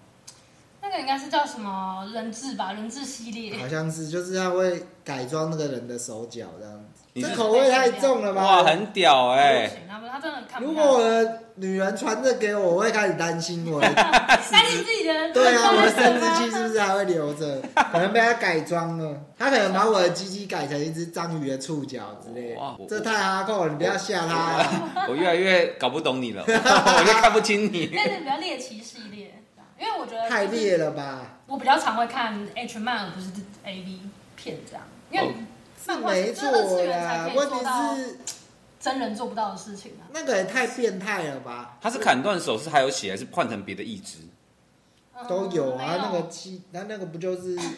[SPEAKER 5] 那个应该是叫什么人质吧，人质系列。
[SPEAKER 4] 好像是，就是他会改装那个人的手脚这样子。
[SPEAKER 3] 你是
[SPEAKER 4] 这口味太重了吧？
[SPEAKER 3] 哇，很屌哎、
[SPEAKER 5] 不行，他们他真的看
[SPEAKER 4] 如
[SPEAKER 5] 不
[SPEAKER 4] 果我
[SPEAKER 5] 到。
[SPEAKER 4] 的女人传这给我，我会开始担心我的。
[SPEAKER 5] 担心自己的
[SPEAKER 4] 对啊，我的
[SPEAKER 5] 人
[SPEAKER 4] 生
[SPEAKER 5] 生
[SPEAKER 4] 殖器是不是还会留着？可能被他改装了，他可能把我的鸡鸡改成一只章鱼的触角之类
[SPEAKER 3] 哇
[SPEAKER 4] 的
[SPEAKER 3] 我。
[SPEAKER 4] 这太哈扣了，你不要吓他啊！
[SPEAKER 3] 我越来越搞不懂你了， 我越看不清你。
[SPEAKER 5] 那是比较猎奇系列，因为我觉得
[SPEAKER 4] 太烈了吧？
[SPEAKER 5] 我比较常会看 H 漫，而不是 A V 片这样，因为
[SPEAKER 4] 哦是
[SPEAKER 5] 漫画
[SPEAKER 4] 没
[SPEAKER 5] 就是二
[SPEAKER 4] 错
[SPEAKER 5] 次元才
[SPEAKER 4] 啦，
[SPEAKER 5] 可以
[SPEAKER 4] 啊问
[SPEAKER 5] 做
[SPEAKER 4] 题
[SPEAKER 5] 到
[SPEAKER 4] 是
[SPEAKER 5] 真人做不到的事情啊。
[SPEAKER 4] 那个也太变态了吧？
[SPEAKER 3] 他是砍断手是还有血，还是换成别的义肢？
[SPEAKER 5] 嗯
[SPEAKER 4] 都有
[SPEAKER 5] 没
[SPEAKER 4] 啊，那个鸡，那那个不就是
[SPEAKER 5] 就是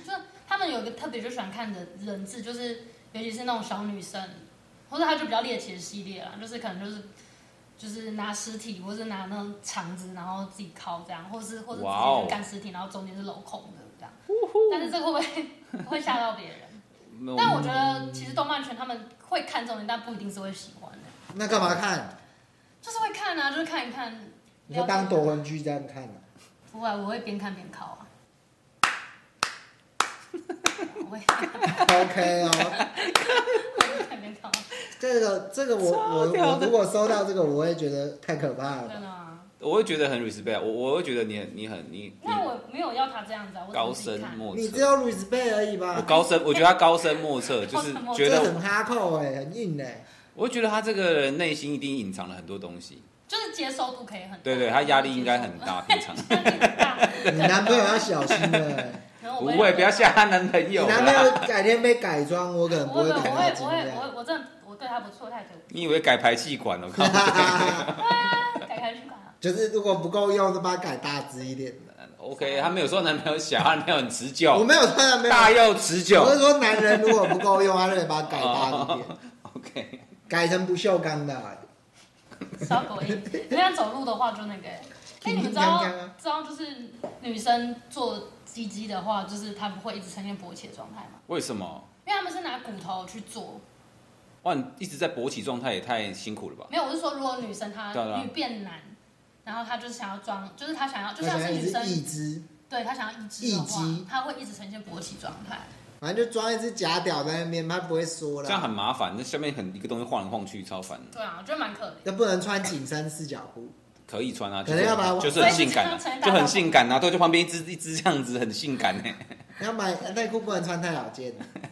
[SPEAKER 5] 他们有一个特别就喜欢看的人字，就是尤其是那种小女生，或者他就比较猎奇的系列啦，就是可能就是就是拿尸体，或是拿那种肠子，然后自己烤这样，或是或者直
[SPEAKER 3] 哇哦
[SPEAKER 5] 接就干尸体，然后中间是镂空的这样。但是这个会 不会会吓到别人？
[SPEAKER 3] 那
[SPEAKER 5] 但我觉得其实动漫圈他们会看这种，但不一定是会喜欢的，
[SPEAKER 4] 那干嘛看？
[SPEAKER 5] 就是会看啊，就是看一看。
[SPEAKER 4] 你就当夺魂剧这样看啊
[SPEAKER 5] 不会，我会边看边烤啊。我会
[SPEAKER 4] ？OK 哦，
[SPEAKER 5] 边看边烤，啊
[SPEAKER 4] 这个这个我我我如果收到这个，我会觉得太可怕了
[SPEAKER 5] 真
[SPEAKER 4] 吧。
[SPEAKER 5] 的啊。
[SPEAKER 3] 我会觉得很 respect，我我会觉得你很你很你
[SPEAKER 5] 那
[SPEAKER 3] 你
[SPEAKER 5] 我没有要他这样子啊，
[SPEAKER 3] 嗯
[SPEAKER 5] 我
[SPEAKER 3] 高
[SPEAKER 5] 只是自
[SPEAKER 3] 深
[SPEAKER 5] 己看
[SPEAKER 3] 莫
[SPEAKER 4] 你只
[SPEAKER 3] 测。
[SPEAKER 4] 有 respect 而已吧？
[SPEAKER 3] 我高深，我觉得他高深莫 测，就是觉
[SPEAKER 4] 这
[SPEAKER 3] 得
[SPEAKER 4] 很哈扣哎、很硬哎、
[SPEAKER 3] 我会觉得他这个人内心一定隐藏了很多东西。
[SPEAKER 5] 就是接受度可以很大，
[SPEAKER 3] 对对，他压力应该很大，平常。
[SPEAKER 5] 压力很大。
[SPEAKER 4] 你 男朋友要小心了、欸，
[SPEAKER 5] 然后
[SPEAKER 3] 不
[SPEAKER 5] 我
[SPEAKER 3] 会，不要吓她男朋
[SPEAKER 4] 你
[SPEAKER 3] 友
[SPEAKER 4] 男朋
[SPEAKER 3] 啦。
[SPEAKER 4] 友改天被改装，我可能
[SPEAKER 5] 我
[SPEAKER 4] 不
[SPEAKER 5] 会
[SPEAKER 4] 会
[SPEAKER 5] 我
[SPEAKER 4] 改
[SPEAKER 5] 会
[SPEAKER 4] 到
[SPEAKER 5] 我
[SPEAKER 4] 今
[SPEAKER 5] 会我
[SPEAKER 4] 天。
[SPEAKER 5] 会我真的我对他不错，他也对
[SPEAKER 3] 你以为改排气管了？我靠！
[SPEAKER 5] 我改开去管啊。
[SPEAKER 4] 就是如果不够用，就把它改大只一点的。
[SPEAKER 3] OK，她没有说男朋友小，她男朋友很持
[SPEAKER 4] 我
[SPEAKER 3] 久，
[SPEAKER 4] 没有说男朋
[SPEAKER 3] 大
[SPEAKER 4] 友，
[SPEAKER 3] 又持久
[SPEAKER 4] 啊我。是说男人如果不够用，他就得把它改大一
[SPEAKER 3] 哦
[SPEAKER 4] 点，
[SPEAKER 3] OK，
[SPEAKER 4] 改成不锈钢的啊、
[SPEAKER 5] 小狗硬，人家走路的话就那个，哎，
[SPEAKER 4] 平
[SPEAKER 5] 你们
[SPEAKER 4] 平
[SPEAKER 5] 知
[SPEAKER 4] 干
[SPEAKER 5] 道
[SPEAKER 4] 干啊。
[SPEAKER 5] 知道就是女生做鸡鸡的话，就是她们会一直呈现勃起的状态吗？
[SPEAKER 3] 为什么？
[SPEAKER 5] 因为他们是拿骨头去做，
[SPEAKER 3] 哇，你一直在勃起状态也太辛苦了吧？
[SPEAKER 5] 没有，我是说如果女生她
[SPEAKER 3] 对啊对啊
[SPEAKER 5] 女变男，然后她就是想要装，就是她想要，就
[SPEAKER 4] 我
[SPEAKER 5] 像
[SPEAKER 4] 想
[SPEAKER 5] 是
[SPEAKER 4] 要一
[SPEAKER 5] 女
[SPEAKER 4] 只
[SPEAKER 5] 生
[SPEAKER 4] 一只，
[SPEAKER 5] 对他想要一只的话
[SPEAKER 4] 一只，
[SPEAKER 5] 他会一直呈现勃起状态。
[SPEAKER 4] 反正就装一只假屌在那边，它不会缩
[SPEAKER 3] 这样
[SPEAKER 4] 了。
[SPEAKER 3] 很麻烦，那下面很一个东西晃来晃去，超烦的。
[SPEAKER 5] 对啊，我觉得蛮可怜。
[SPEAKER 4] 那不能穿紧身四角裤，
[SPEAKER 3] 可以穿啊，
[SPEAKER 4] 可能要把它
[SPEAKER 3] 就是很性感、啊
[SPEAKER 5] 所以是这样才能，达
[SPEAKER 3] 就
[SPEAKER 5] 到
[SPEAKER 3] 很性感啊。对，就旁边一只一只这样子，很性感欸呢、
[SPEAKER 4] 你要买内裤不能穿太老件的。
[SPEAKER 3] 欸。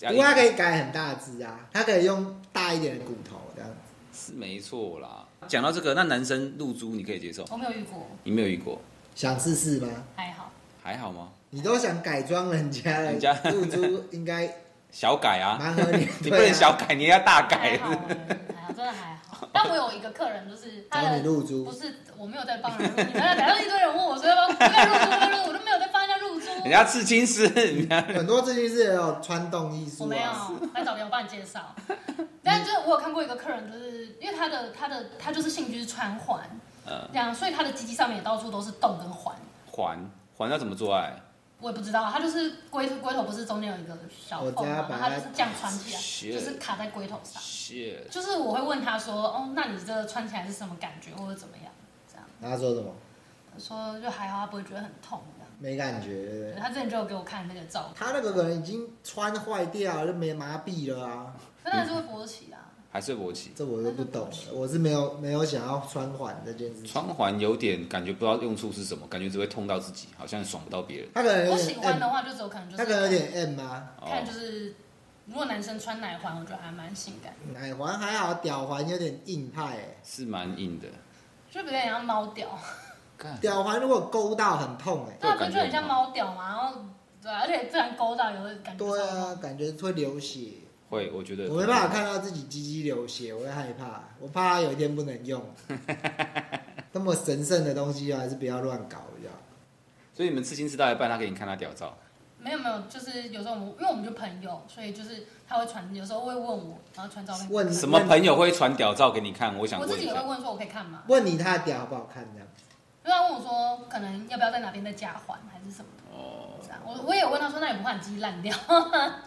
[SPEAKER 4] 不过它可以改很大只啊，它可以用大一点的骨头这样子。
[SPEAKER 3] 是没错啦。讲到这个，那男生露珠你可以接受？
[SPEAKER 5] 我没有遇过，
[SPEAKER 3] 你没有遇过，
[SPEAKER 4] 想试试吗？
[SPEAKER 5] 还好。
[SPEAKER 3] 还好吗？
[SPEAKER 4] 你都想改装人家
[SPEAKER 3] 人家
[SPEAKER 4] 了，露珠应该
[SPEAKER 3] 小改啊，
[SPEAKER 4] 蛮合理的。
[SPEAKER 3] 你不
[SPEAKER 4] 对
[SPEAKER 3] 能
[SPEAKER 4] 啊
[SPEAKER 3] 小改，你要大
[SPEAKER 5] 还
[SPEAKER 3] 改。
[SPEAKER 5] 好，还好，真的还好。但我有一个客人，就是他
[SPEAKER 4] 找你
[SPEAKER 5] 的
[SPEAKER 4] 露珠
[SPEAKER 5] 不，是，我没有在帮人入住，你们俩等下一堆人问我说要不要入住，要不要入住，我都没有在帮人家入住。
[SPEAKER 3] 人家刺青师，人家
[SPEAKER 4] 啊很多这件事也有穿洞艺
[SPEAKER 5] 我
[SPEAKER 4] 术
[SPEAKER 5] 没有
[SPEAKER 4] 啊，
[SPEAKER 5] 来找别人我帮你介绍。但就是我有看过一个客人，就是因为他的他的他就是兴趣是穿环，
[SPEAKER 3] 呃，
[SPEAKER 5] 这样，所以他的鸡鸡上面也到处都是洞跟环。
[SPEAKER 3] 环环要怎么做爱？
[SPEAKER 5] 我也不知道，它就是龟龟头不是中间有一个小
[SPEAKER 4] 我
[SPEAKER 5] 缝
[SPEAKER 4] 家
[SPEAKER 5] 嘛，
[SPEAKER 4] 把
[SPEAKER 5] 然
[SPEAKER 4] 它
[SPEAKER 5] 后它就是这样穿起来，
[SPEAKER 3] Shit
[SPEAKER 5] 就是卡在龟头上。
[SPEAKER 3] 谢，
[SPEAKER 5] 就是我会问他说，哦，那你这个穿起来是什么感觉，或者怎么样？这样，
[SPEAKER 4] 然后他说什么
[SPEAKER 5] 他说就还好，他不会觉得很痛这样。
[SPEAKER 4] 没感觉，对不对
[SPEAKER 5] 对他之前就有给我看那个照片，
[SPEAKER 4] 他那个可能已经穿坏掉，就没麻痹了啊，
[SPEAKER 5] 真的是会勃起啊。
[SPEAKER 3] 还是勃起？
[SPEAKER 4] 这我就不懂了，我是没有没有想要穿环这件事情。
[SPEAKER 3] 穿环有点感觉不知道用处是什么，感觉只会痛到自己，好像爽不到别人。
[SPEAKER 4] 他可能有
[SPEAKER 5] 我喜
[SPEAKER 4] 点
[SPEAKER 5] 欢哦
[SPEAKER 4] M，
[SPEAKER 5] 的话，就只有可能就是
[SPEAKER 4] 他可能有点 M 啊，
[SPEAKER 5] 看就
[SPEAKER 3] 哦，
[SPEAKER 5] 是，如果男生穿奶环，我觉得还蛮性感，
[SPEAKER 4] 奶环还好，屌环有点硬派、欸，
[SPEAKER 3] 是蛮硬的。
[SPEAKER 5] 就有点像猫屌，
[SPEAKER 3] 干，
[SPEAKER 4] 屌环如果勾到很痛哎、
[SPEAKER 5] 对啊，不是就很像猫屌嘛，然后对啊，而且自然勾到有感觉。
[SPEAKER 4] 对啊，，感觉会流血，
[SPEAKER 3] 会，我觉得
[SPEAKER 4] 我没办法看到自己鸡鸡流血，我会害怕，我怕它有一天不能 用。那么神圣的东西啊，还是不要乱搞比较好。
[SPEAKER 3] 所以你们刺青师到一半，他给你看他屌照，
[SPEAKER 5] 没有没有，就是有时候我们，因为我们就朋友，所以就是他会传，有时候会问我，然后传照片。
[SPEAKER 4] 问
[SPEAKER 3] 什么
[SPEAKER 4] 问
[SPEAKER 3] 朋友会传屌照给你看？我想
[SPEAKER 5] 我自
[SPEAKER 3] 问
[SPEAKER 5] 己
[SPEAKER 3] 一
[SPEAKER 5] 也会
[SPEAKER 3] 下，
[SPEAKER 5] 问说我可以看吗？
[SPEAKER 4] 问你他的屌好不好看这样？
[SPEAKER 5] 就他问我说，可能要不要在哪边再加环还是什么的。哦。这样，我我也有问他说，那你不怕你鸡烂掉？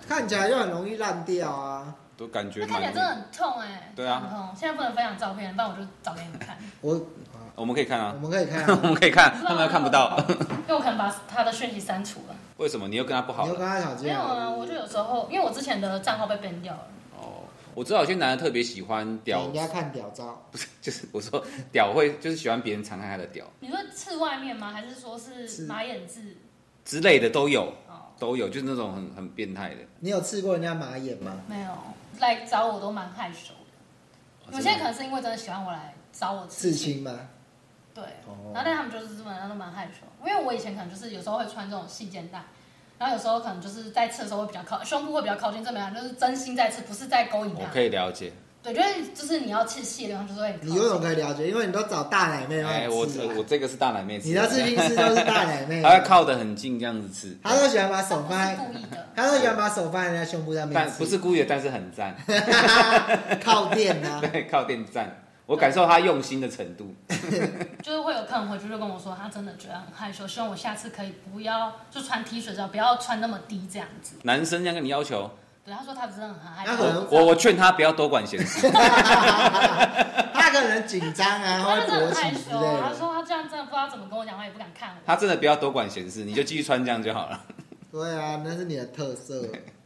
[SPEAKER 4] 看起来就很容易烂掉啊！
[SPEAKER 3] 都感觉
[SPEAKER 5] 那
[SPEAKER 3] 蛮
[SPEAKER 5] 看起来
[SPEAKER 3] 硬
[SPEAKER 5] 真的很痛哎、
[SPEAKER 3] 对啊
[SPEAKER 5] 很痛。现在不能分享照片，不然我就找给你们看。
[SPEAKER 4] 我啊，
[SPEAKER 3] 我们可以看
[SPEAKER 4] 我
[SPEAKER 3] 啊，
[SPEAKER 4] 们可以看、
[SPEAKER 3] 我
[SPEAKER 4] 啊，
[SPEAKER 3] 们可以看，他们看不到。
[SPEAKER 5] 因为我可能把他的讯息删除了。
[SPEAKER 3] 为什么你又跟他不好
[SPEAKER 4] 你就
[SPEAKER 3] 了？
[SPEAKER 4] 跟他吵架。
[SPEAKER 5] 没有啊，我就有时候，因为我之前的账号被 ban 掉了。
[SPEAKER 3] 哦，我知道有些男的特别喜欢
[SPEAKER 4] 给
[SPEAKER 3] 屌
[SPEAKER 4] 人，家看屌照，
[SPEAKER 3] 就是我说屌会就是喜欢别人常看他的屌
[SPEAKER 5] 你说刺外面吗？还是说
[SPEAKER 4] 刺
[SPEAKER 5] 是马眼痣？
[SPEAKER 3] 之类的都有，
[SPEAKER 5] 哦，
[SPEAKER 3] 都有，就是那种很很变态的。
[SPEAKER 4] 你有刺过人家马眼
[SPEAKER 3] 嗯
[SPEAKER 4] 吗？
[SPEAKER 5] 没有，来找我都蛮害羞的。
[SPEAKER 3] 哦
[SPEAKER 5] 有些人可
[SPEAKER 3] 真的
[SPEAKER 5] 能是因为真的喜欢我来找我刺
[SPEAKER 4] 刺
[SPEAKER 5] 青，
[SPEAKER 4] 青吗？
[SPEAKER 5] 对，
[SPEAKER 4] 哦
[SPEAKER 5] 然后但他们就是基本上都蛮害羞，因为我以前可能就是有时候会穿这种细肩带，然后有时候可能就是在刺的时候会比较靠胸部会比较靠近这边，就是真心在刺，不是在勾引
[SPEAKER 3] 我
[SPEAKER 5] 他
[SPEAKER 3] 可。以了解。
[SPEAKER 5] 对，就是就是你要刺细的地方就是会很
[SPEAKER 4] 你游
[SPEAKER 5] 靠
[SPEAKER 4] 泳
[SPEAKER 5] 近。
[SPEAKER 4] 可以了解，因为你都找大奶妹帮
[SPEAKER 3] 哎，我
[SPEAKER 4] 你刺、
[SPEAKER 3] 这
[SPEAKER 4] 啊
[SPEAKER 3] 我这个是大奶妹吃
[SPEAKER 4] 你的
[SPEAKER 3] 的，
[SPEAKER 4] 刺青师都是大奶妹、啊
[SPEAKER 3] 他会靠得很近这样子吃，
[SPEAKER 4] 他都喜欢把
[SPEAKER 5] 他
[SPEAKER 4] 手
[SPEAKER 5] 不
[SPEAKER 4] 放在
[SPEAKER 5] 是，故意的，
[SPEAKER 4] 他都喜欢把手放在人家胸部上面
[SPEAKER 3] 但
[SPEAKER 4] 刺
[SPEAKER 3] 不是故意的，但是很赞，
[SPEAKER 4] 靠垫啊。
[SPEAKER 3] 对，靠垫赞。我感受他用心的程度，
[SPEAKER 5] 就是会有客人回去就跟我说，他真的觉得很害羞，希望我下次可以不要就穿 T 恤，这样不要穿那么低这样子。
[SPEAKER 3] 男生这样跟你要求，
[SPEAKER 5] 对，他说他真的很害
[SPEAKER 4] 他可能
[SPEAKER 5] 羞，
[SPEAKER 3] 我我劝他不要多管闲事，
[SPEAKER 4] 他可能紧张啊，
[SPEAKER 5] 他
[SPEAKER 4] 会
[SPEAKER 5] 真的
[SPEAKER 4] 勃
[SPEAKER 5] 很害
[SPEAKER 4] 起之
[SPEAKER 5] 羞
[SPEAKER 4] 类
[SPEAKER 5] 啊。他
[SPEAKER 4] 的。
[SPEAKER 5] 说他这样真的不知道怎么跟我讲话，也不敢看我。
[SPEAKER 3] 他真的不要多管闲事，你就继续穿这样就好了。
[SPEAKER 4] 对啊，那是你的特色。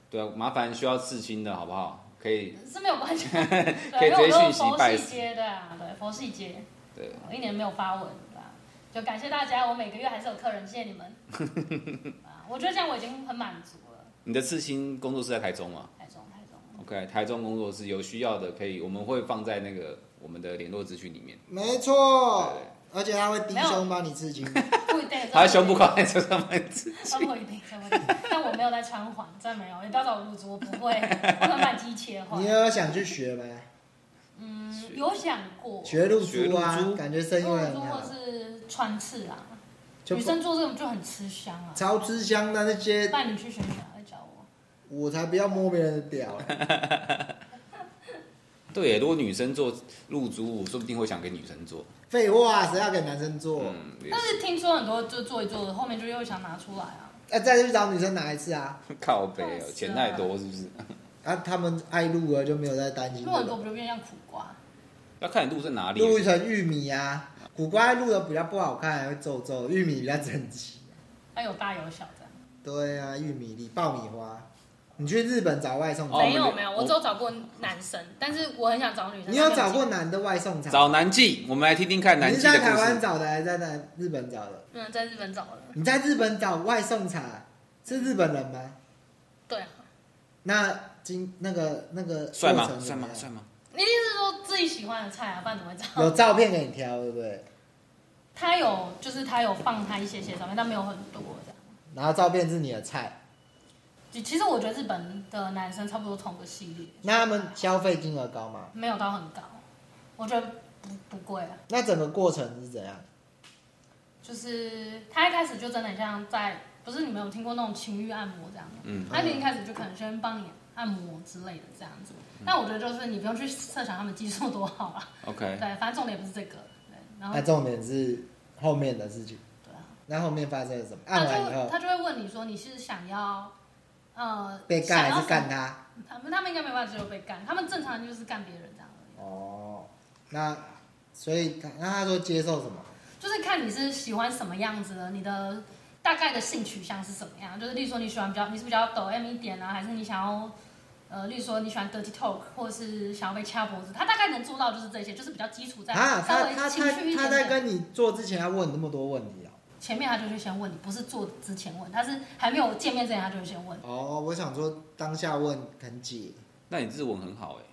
[SPEAKER 3] 对啊，麻烦需要刺青的好不好？可以，
[SPEAKER 5] 是没有关系，
[SPEAKER 3] 可以
[SPEAKER 5] 对，因
[SPEAKER 3] 直
[SPEAKER 5] 为
[SPEAKER 3] 接讯
[SPEAKER 5] 我都
[SPEAKER 3] 息
[SPEAKER 5] 佛
[SPEAKER 3] 拜
[SPEAKER 5] 系
[SPEAKER 3] 师
[SPEAKER 5] 接的啊，对，佛系接，
[SPEAKER 3] 对，啊
[SPEAKER 5] 我一年没有发文，对吧？就感谢大家，我每个月还是有客人，谢谢你 们。啊，我觉得这样我已经很满足了。
[SPEAKER 3] 你的刺青工作室在台中嘛
[SPEAKER 5] 台中，台 中，
[SPEAKER 3] ？OK，台中工作室有需要的可以，我们会放在那个我们的联络资讯里面。
[SPEAKER 4] 没错
[SPEAKER 3] 对，
[SPEAKER 4] 而且他会低胸帮你刺青。
[SPEAKER 5] 不一定。
[SPEAKER 3] 他的胸部靠在车上面刺，
[SPEAKER 5] 啊，不一定，这不一定。但我没有在穿环，真的没有，也不要找我入租，我不会，我能把鸡切坏
[SPEAKER 4] 你。有想去学吗？
[SPEAKER 5] 嗯，有想过，
[SPEAKER 4] 学露
[SPEAKER 3] 学
[SPEAKER 4] 珠
[SPEAKER 3] 露
[SPEAKER 4] 啊
[SPEAKER 3] 珠，
[SPEAKER 4] 感觉生意
[SPEAKER 5] 入
[SPEAKER 4] 会很
[SPEAKER 5] 租
[SPEAKER 4] 好
[SPEAKER 5] 或。是穿刺啊，
[SPEAKER 4] 就
[SPEAKER 5] 女生做这种就很吃香啊。
[SPEAKER 4] 超吃香的那些，
[SPEAKER 5] 那你去选选，来找我。
[SPEAKER 4] 我才不要摸别人的屌。
[SPEAKER 3] 对耶，如果女生做露珠，我说不定会想给女生做。
[SPEAKER 4] 废话，谁要给男生做？
[SPEAKER 3] 嗯，也
[SPEAKER 5] 但是听说很多就做一做，后面就又想拿出来啊。
[SPEAKER 4] 哎、再去找女生拿一次啊！
[SPEAKER 3] 是 靠背
[SPEAKER 5] 笑
[SPEAKER 3] 哦，
[SPEAKER 5] 死
[SPEAKER 3] 钱太多是不是？
[SPEAKER 4] 啊，他们爱露了就没有再担心这
[SPEAKER 5] 那很多
[SPEAKER 4] 个。
[SPEAKER 5] 不就变像苦瓜？
[SPEAKER 3] 要看你露在哪里。
[SPEAKER 4] 露成玉米啊，苦瓜露的比较不好看，会皱皱；玉米比较整齐。
[SPEAKER 5] 它有大有小这样。
[SPEAKER 4] 对啊，玉米粒、爆米花。你去日本找外送
[SPEAKER 3] 哦
[SPEAKER 4] 厂，
[SPEAKER 5] 没
[SPEAKER 3] 我
[SPEAKER 5] 有
[SPEAKER 3] 们
[SPEAKER 5] 没有，我只有找过男生，但是我很想找女生。
[SPEAKER 4] 你有找过？男的外送厂？
[SPEAKER 3] 找南记，我们来听听看南
[SPEAKER 4] 你
[SPEAKER 3] 记
[SPEAKER 4] 是
[SPEAKER 3] 的
[SPEAKER 4] 在
[SPEAKER 3] 故
[SPEAKER 4] 台湾
[SPEAKER 3] 事。
[SPEAKER 4] 找的，还是在那日本找的？
[SPEAKER 5] 嗯，在日本找的。
[SPEAKER 4] 你在日本找外送茶是日本人吗？
[SPEAKER 5] 对啊，
[SPEAKER 4] 那今那个那个
[SPEAKER 3] 帅
[SPEAKER 4] 过
[SPEAKER 3] 吗？
[SPEAKER 4] 程
[SPEAKER 3] 帅
[SPEAKER 4] 怎么
[SPEAKER 3] 吗？
[SPEAKER 4] 样
[SPEAKER 3] 帅吗？
[SPEAKER 5] 你一定是说自己喜欢的菜啊，不然怎么会找？
[SPEAKER 4] 有照片给你挑，对不对？
[SPEAKER 5] 他有，就是他有放他一些些照片，但没有很多这样。
[SPEAKER 4] 然后照片是你的菜，
[SPEAKER 5] 其其实我觉得日本的男生差不多同个系列，
[SPEAKER 4] 那他们消费金额高吗？
[SPEAKER 5] 没有到很高，我觉得不不贵啊。
[SPEAKER 4] 那整个过程是怎样？
[SPEAKER 5] 就是他一开始就真的很像在，不是你们有听过那种情欲按摩这样吗？
[SPEAKER 3] 嗯，
[SPEAKER 5] 他一开始就可能先帮你按摩之类的这样子。
[SPEAKER 4] 嗯
[SPEAKER 5] 但我觉得就是你不用去设想他们技术多好啊，对，
[SPEAKER 3] OK，
[SPEAKER 5] 反正重点不是这个，对，然后
[SPEAKER 4] 那重点是后面的事情。
[SPEAKER 5] 啊对啊。
[SPEAKER 4] 那后面发生了什么？
[SPEAKER 5] 他
[SPEAKER 4] 按完以
[SPEAKER 5] 就
[SPEAKER 4] 后
[SPEAKER 5] 他就会问你说你是想要，呃，
[SPEAKER 4] 被干还是干
[SPEAKER 5] 他？
[SPEAKER 4] 他？
[SPEAKER 5] 他们他们应该没办法只有被干，他们正常就是干别人这样而已。
[SPEAKER 4] 哦，那所以他那他说接受什么？
[SPEAKER 5] 就是看你是喜欢什么样子的，你的大概的性取向是什么样。就是例如说你喜欢比较，你是比较抖 M 一点啊，还是你想要，呃，例如说你喜欢 dirty talk，或者是想要被掐脖子，他大概能做到就是这些，就是比较基础在
[SPEAKER 4] 啊，
[SPEAKER 5] 稍
[SPEAKER 4] 他
[SPEAKER 5] 微
[SPEAKER 4] 他
[SPEAKER 5] 情
[SPEAKER 4] 他
[SPEAKER 5] 趣一
[SPEAKER 4] 他
[SPEAKER 5] 点
[SPEAKER 4] 在
[SPEAKER 5] 点。
[SPEAKER 4] 跟你做之前要问你那么多问题啊？
[SPEAKER 5] 前面他就会先问你，不是做之前问，他是还没有见面之前他就会先问，
[SPEAKER 4] 哦，我想说当下问很解，
[SPEAKER 3] 那你日文很好哎。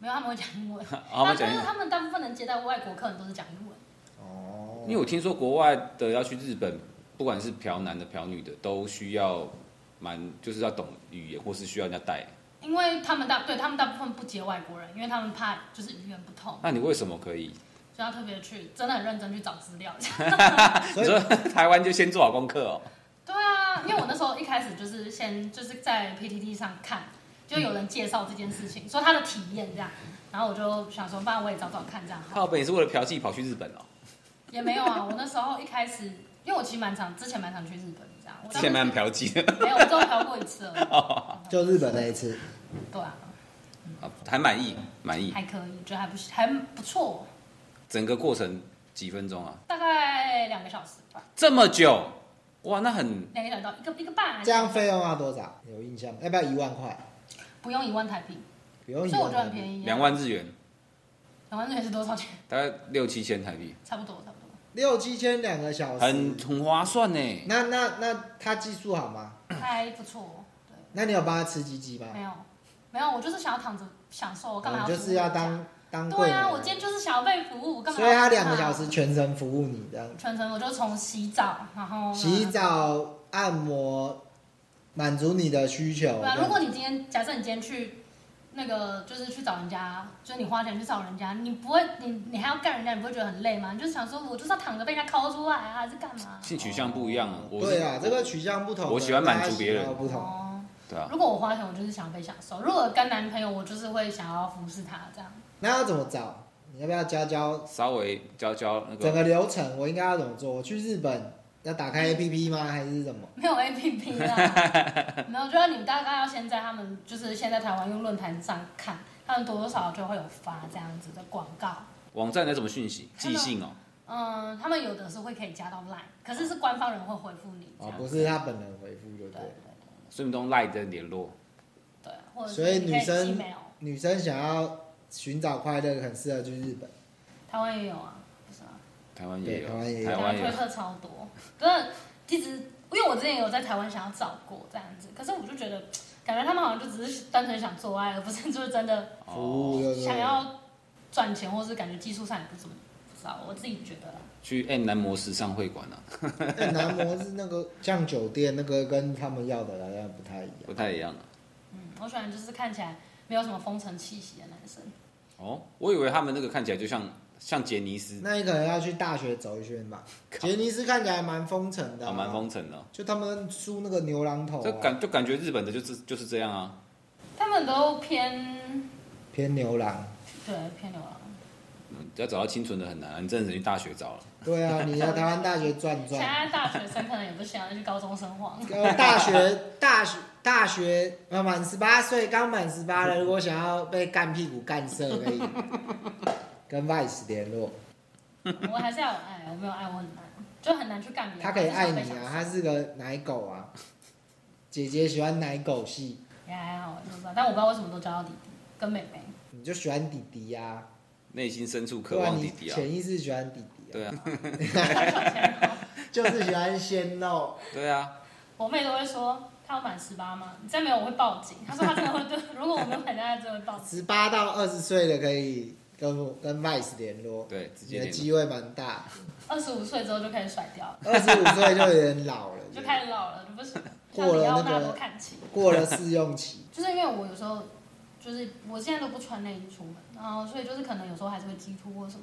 [SPEAKER 5] 没有他们会讲英文。
[SPEAKER 3] 好，我们 讲
[SPEAKER 5] 但
[SPEAKER 3] 一
[SPEAKER 5] 是
[SPEAKER 3] 下，
[SPEAKER 5] 他们大部分能接待外国客人都是讲英文，
[SPEAKER 4] 哦，
[SPEAKER 3] 因为我听说国外的要去日本，不管是嫖男的、嫖女的，都需要蛮就是要懂语言，或是需要人家带。
[SPEAKER 5] 因为他们大对他们大部分不接外国人，因为他们怕就是语言不通，
[SPEAKER 3] 那你为什么可以？
[SPEAKER 5] 所以要特别去真的很认真去找资料。
[SPEAKER 4] 所
[SPEAKER 3] 你
[SPEAKER 4] 以
[SPEAKER 3] 说 台湾就先做好功课哦。
[SPEAKER 5] 对啊，因为我那时候一开始就是先就是在 PTT 上看，就有人介绍这件事情，说他的体验这样，然后我就想说，不然我也找找看这样好了，
[SPEAKER 3] 靠北，你是为了嫖妓跑去日本哦？
[SPEAKER 5] 也没有啊。我那时候一开始，因为我其实蛮常之前蛮常去日本这样，我
[SPEAKER 3] 之前蛮嫖妓 的，
[SPEAKER 5] 没有，我只有嫖过一次而已。
[SPEAKER 4] 就日本那一次，
[SPEAKER 5] 对啊，
[SPEAKER 3] 啊还满意，满意。
[SPEAKER 5] 还可以，觉得还不还不错，
[SPEAKER 3] 整个过程几分钟啊？
[SPEAKER 5] 大概两个小时吧。
[SPEAKER 3] 这么久，哇，那很
[SPEAKER 5] 两个小时到一个一个半，
[SPEAKER 4] 这样费用要多少？有印象吗？要不要一万块？
[SPEAKER 5] 不用一万台币，
[SPEAKER 4] 不用一
[SPEAKER 5] 所以我
[SPEAKER 4] 万
[SPEAKER 5] 觉得很
[SPEAKER 4] 块。
[SPEAKER 5] 便宜、啊。
[SPEAKER 3] 两，万日元，
[SPEAKER 5] 两万日元是多少钱？
[SPEAKER 3] 大概六七千台币，
[SPEAKER 5] 差不多，差不多。
[SPEAKER 4] 六七千两个小时，
[SPEAKER 3] 很很划算呢。
[SPEAKER 4] 那那那他技术好吗？
[SPEAKER 5] 还不错，对，
[SPEAKER 4] 那你有帮他吃鸡鸡吗？
[SPEAKER 5] 没有，没有，我就是想要躺着享受，我干嘛
[SPEAKER 4] 哎哦
[SPEAKER 5] 要、
[SPEAKER 4] 你就是要。当当柜
[SPEAKER 5] 对
[SPEAKER 4] 员
[SPEAKER 5] 啊，我今天就是想要被服务，我干嘛要
[SPEAKER 4] 所以他
[SPEAKER 5] 吃饭
[SPEAKER 4] 两个小时全程服务你这样，
[SPEAKER 5] 全程，我就从洗澡，然后
[SPEAKER 4] 洗。澡、按摩，满足你的需求。
[SPEAKER 5] 对啊，如果你今天假设你今天去。那个就是去找人家，就是你花钱去找人家，你不会，你你还要干人家，你不会觉得很累吗？你就想说，我就是要躺着被人家抠出来啊，还是干嘛？
[SPEAKER 3] 性取向不一样啊，我是
[SPEAKER 4] 对啊，这个取向不同，
[SPEAKER 3] 我喜欢满足别人
[SPEAKER 4] 大家喜好不同。
[SPEAKER 5] 哦，
[SPEAKER 3] 对啊，
[SPEAKER 5] 如果我花钱，我就是想被享受；如果跟男朋友，我就是会想要服侍他这样。
[SPEAKER 4] 那要怎么找？你要不要教教
[SPEAKER 3] 稍微教教那
[SPEAKER 4] 整
[SPEAKER 3] 个
[SPEAKER 4] 个流程？我应该要怎么做？我去日本要打
[SPEAKER 5] 嗯
[SPEAKER 4] 开 APP 吗？还是什么？
[SPEAKER 5] 没有 A P P 啦，没有，就是你大概要先在他们就是现在台湾用论坛上看，他们多多少少就会有发这样子的广告。
[SPEAKER 3] 网站来什么讯息，
[SPEAKER 5] 看
[SPEAKER 3] 寄
[SPEAKER 5] 到
[SPEAKER 3] 信哦，
[SPEAKER 5] 嗯，他们有的是会可以加到 Line，可是是官方人会回复你这
[SPEAKER 4] 哦，
[SPEAKER 5] 样。
[SPEAKER 4] 不是他本人回复就
[SPEAKER 5] 对
[SPEAKER 4] 对
[SPEAKER 5] 对
[SPEAKER 4] 了。
[SPEAKER 3] 顺便都赖着联络。
[SPEAKER 5] 对，或者
[SPEAKER 4] 所以
[SPEAKER 5] 是你可
[SPEAKER 4] 女生
[SPEAKER 5] email，
[SPEAKER 4] 女生想要寻找快乐，很适合去日本。
[SPEAKER 5] 台湾也有啊，不是啊，
[SPEAKER 3] 台湾也
[SPEAKER 4] 对
[SPEAKER 3] 有，
[SPEAKER 4] 台湾也有
[SPEAKER 3] 台
[SPEAKER 5] 台湾
[SPEAKER 3] 湾也
[SPEAKER 5] 推
[SPEAKER 3] 有，
[SPEAKER 5] 特超多，真的一直，因为我之前有在台湾想要找过这样子，可是我就觉得感觉他们好像就只是单纯想做爱，而不是就是真的
[SPEAKER 4] 服务
[SPEAKER 3] 哦，
[SPEAKER 4] 对不对？
[SPEAKER 5] 想要赚钱，或是感觉技术上也不怎么，不知道，我自己觉得啦。
[SPEAKER 3] 去 M 男模时尚会馆啊，
[SPEAKER 4] 那男模是那个像酒店那个跟他们要的好像不太一样。
[SPEAKER 3] 不太一样啊。
[SPEAKER 5] 嗯，我喜欢就是看起来没有什么风尘气息的男生。
[SPEAKER 3] 哦，我以为他们那个看起来就像像杰尼斯，
[SPEAKER 4] 那你可能要去大学走一圈吧。
[SPEAKER 3] 靠
[SPEAKER 4] 杰尼斯看起来蛮风尘的、
[SPEAKER 3] 啊，蛮。风尘的哦。
[SPEAKER 4] 就他们梳那个牛郎头、
[SPEAKER 3] 这
[SPEAKER 4] 啊，
[SPEAKER 3] 感就感觉日本的就是就是这样啊，
[SPEAKER 5] 他们都偏
[SPEAKER 4] 偏牛郎。
[SPEAKER 5] 对，偏流浪。
[SPEAKER 3] 嗯要找到清纯的很难啊，你真的得去大学找了。
[SPEAKER 4] 对啊，你来台湾大学转
[SPEAKER 5] 现
[SPEAKER 4] 转，
[SPEAKER 5] 在大学生可能也不想去高中生 晃。
[SPEAKER 4] 呃，大学大学大学呃满十八岁，刚满十八了，如果想要被干屁股干 射，可以跟 Vice 联络，
[SPEAKER 5] 我还是要有爱，我没有爱我很难，就很难去干别人。
[SPEAKER 4] 他可以爱你
[SPEAKER 5] 就是想被
[SPEAKER 4] 啊，
[SPEAKER 5] 享
[SPEAKER 4] 他是个奶狗啊，姐姐喜欢奶狗系，
[SPEAKER 5] 受也还好，没有办法但哎我不知道为什么都叫到弟弟跟妹妹。
[SPEAKER 4] 你就喜欢弟弟啊呀、
[SPEAKER 3] 内心深处
[SPEAKER 4] 啊，
[SPEAKER 3] 渴望弟弟啊，
[SPEAKER 4] 潜意识喜欢弟弟啊，
[SPEAKER 3] 对啊，
[SPEAKER 4] 就是喜欢鲜肉。
[SPEAKER 3] 对啊，
[SPEAKER 5] 我妹都会说，她要满十八吗？你再没有我会报警。她说她真的会对，如果我没有买，她真的会报警。
[SPEAKER 4] 十八到二十岁的可以跟我跟 Vice 联络，
[SPEAKER 3] 对，直
[SPEAKER 4] 你
[SPEAKER 3] 接
[SPEAKER 4] 的
[SPEAKER 3] 联
[SPEAKER 4] 机会蛮大。
[SPEAKER 5] 二十五岁之后就开始甩掉了，
[SPEAKER 4] 二十五岁就有点老了，
[SPEAKER 5] 就开始老了，就 不行。像
[SPEAKER 4] 过
[SPEAKER 5] 李
[SPEAKER 4] 了
[SPEAKER 5] 奥
[SPEAKER 4] 那个
[SPEAKER 5] 纳多看齐，
[SPEAKER 4] 过了试用期。
[SPEAKER 5] 就是因为我有时候就是我现在都不穿内衣出门，然后所以就是可能有时候还是会激突或什么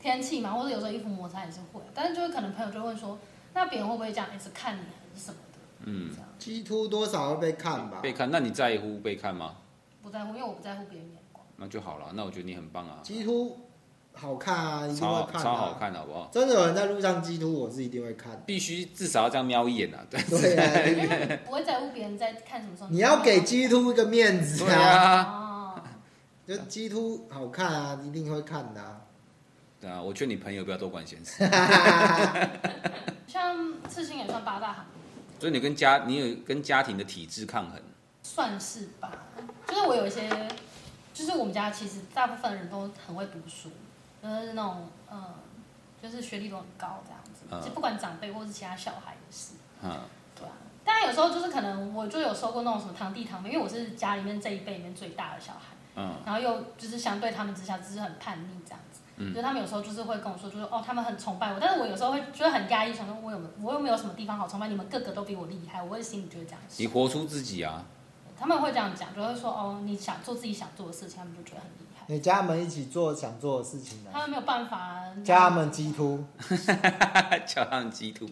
[SPEAKER 5] 天气嘛，或者有时候衣服摩擦也是会，但是就是可能朋友就会问说，那别人会不会这样一直看你还是什么的，
[SPEAKER 3] 嗯
[SPEAKER 5] 这，样
[SPEAKER 4] G two 多少会被看吧
[SPEAKER 3] 被看，那你在乎被看吗？
[SPEAKER 5] 不在乎，因为我不在乎 别人眼光。
[SPEAKER 3] 那就好了，那我觉得你很棒啊，
[SPEAKER 4] ，G two 好看啊，一定
[SPEAKER 3] 超
[SPEAKER 4] 会
[SPEAKER 3] 好
[SPEAKER 4] 看、啊，
[SPEAKER 3] 超好。看，好不好？
[SPEAKER 4] 真的有人在路上 G two，我是一定 会看。
[SPEAKER 3] 必须至少要这样瞄一眼 啊，对
[SPEAKER 4] 对啊，
[SPEAKER 5] 因为不会在乎别人在看什么时候。
[SPEAKER 4] 你要给 G two 一个面子
[SPEAKER 3] 对
[SPEAKER 4] 啊，
[SPEAKER 3] 啊，
[SPEAKER 5] 哦，
[SPEAKER 4] 就 G two 好看啊，一定会看的、啊。
[SPEAKER 3] 对啊，我劝你朋友不要多管闲事。
[SPEAKER 5] 像刺青也算八大行业，
[SPEAKER 3] 所以你跟家，你有跟家庭的体制抗衡，
[SPEAKER 5] 算是吧。就是我有一些，就是我们家其实大部分人都很会读书，就是那种嗯、呃就是学历都很高这样子，
[SPEAKER 3] 嗯
[SPEAKER 5] 就不管长辈或是其他小孩也是，
[SPEAKER 3] 嗯，
[SPEAKER 5] 对啊。但有时候就是可能我就有收过那种什么堂弟堂妹，因为我是家里面这一辈里面最大的小孩，
[SPEAKER 3] 嗯，
[SPEAKER 5] 然后又就是相对他们之下就是很叛逆这样子，
[SPEAKER 3] 嗯
[SPEAKER 5] 就是他们有时候就是会跟我说，就是哦他们很崇拜我，但是我有时候会觉得很压抑，想说我有没有我又没有什么地方好崇拜，你们个个都比我厉害，我会心里就会这样
[SPEAKER 3] 你
[SPEAKER 5] 想，
[SPEAKER 3] 活出自己啊，
[SPEAKER 5] 他们会这样讲，就会说哦你想做自己想做的事情，他们就觉得很厉害，
[SPEAKER 4] 你叫他们一起做想做的事情
[SPEAKER 5] 他
[SPEAKER 4] 啊，
[SPEAKER 5] 们没有办法
[SPEAKER 4] 叫他们 G two，
[SPEAKER 3] 叫他们鸡突。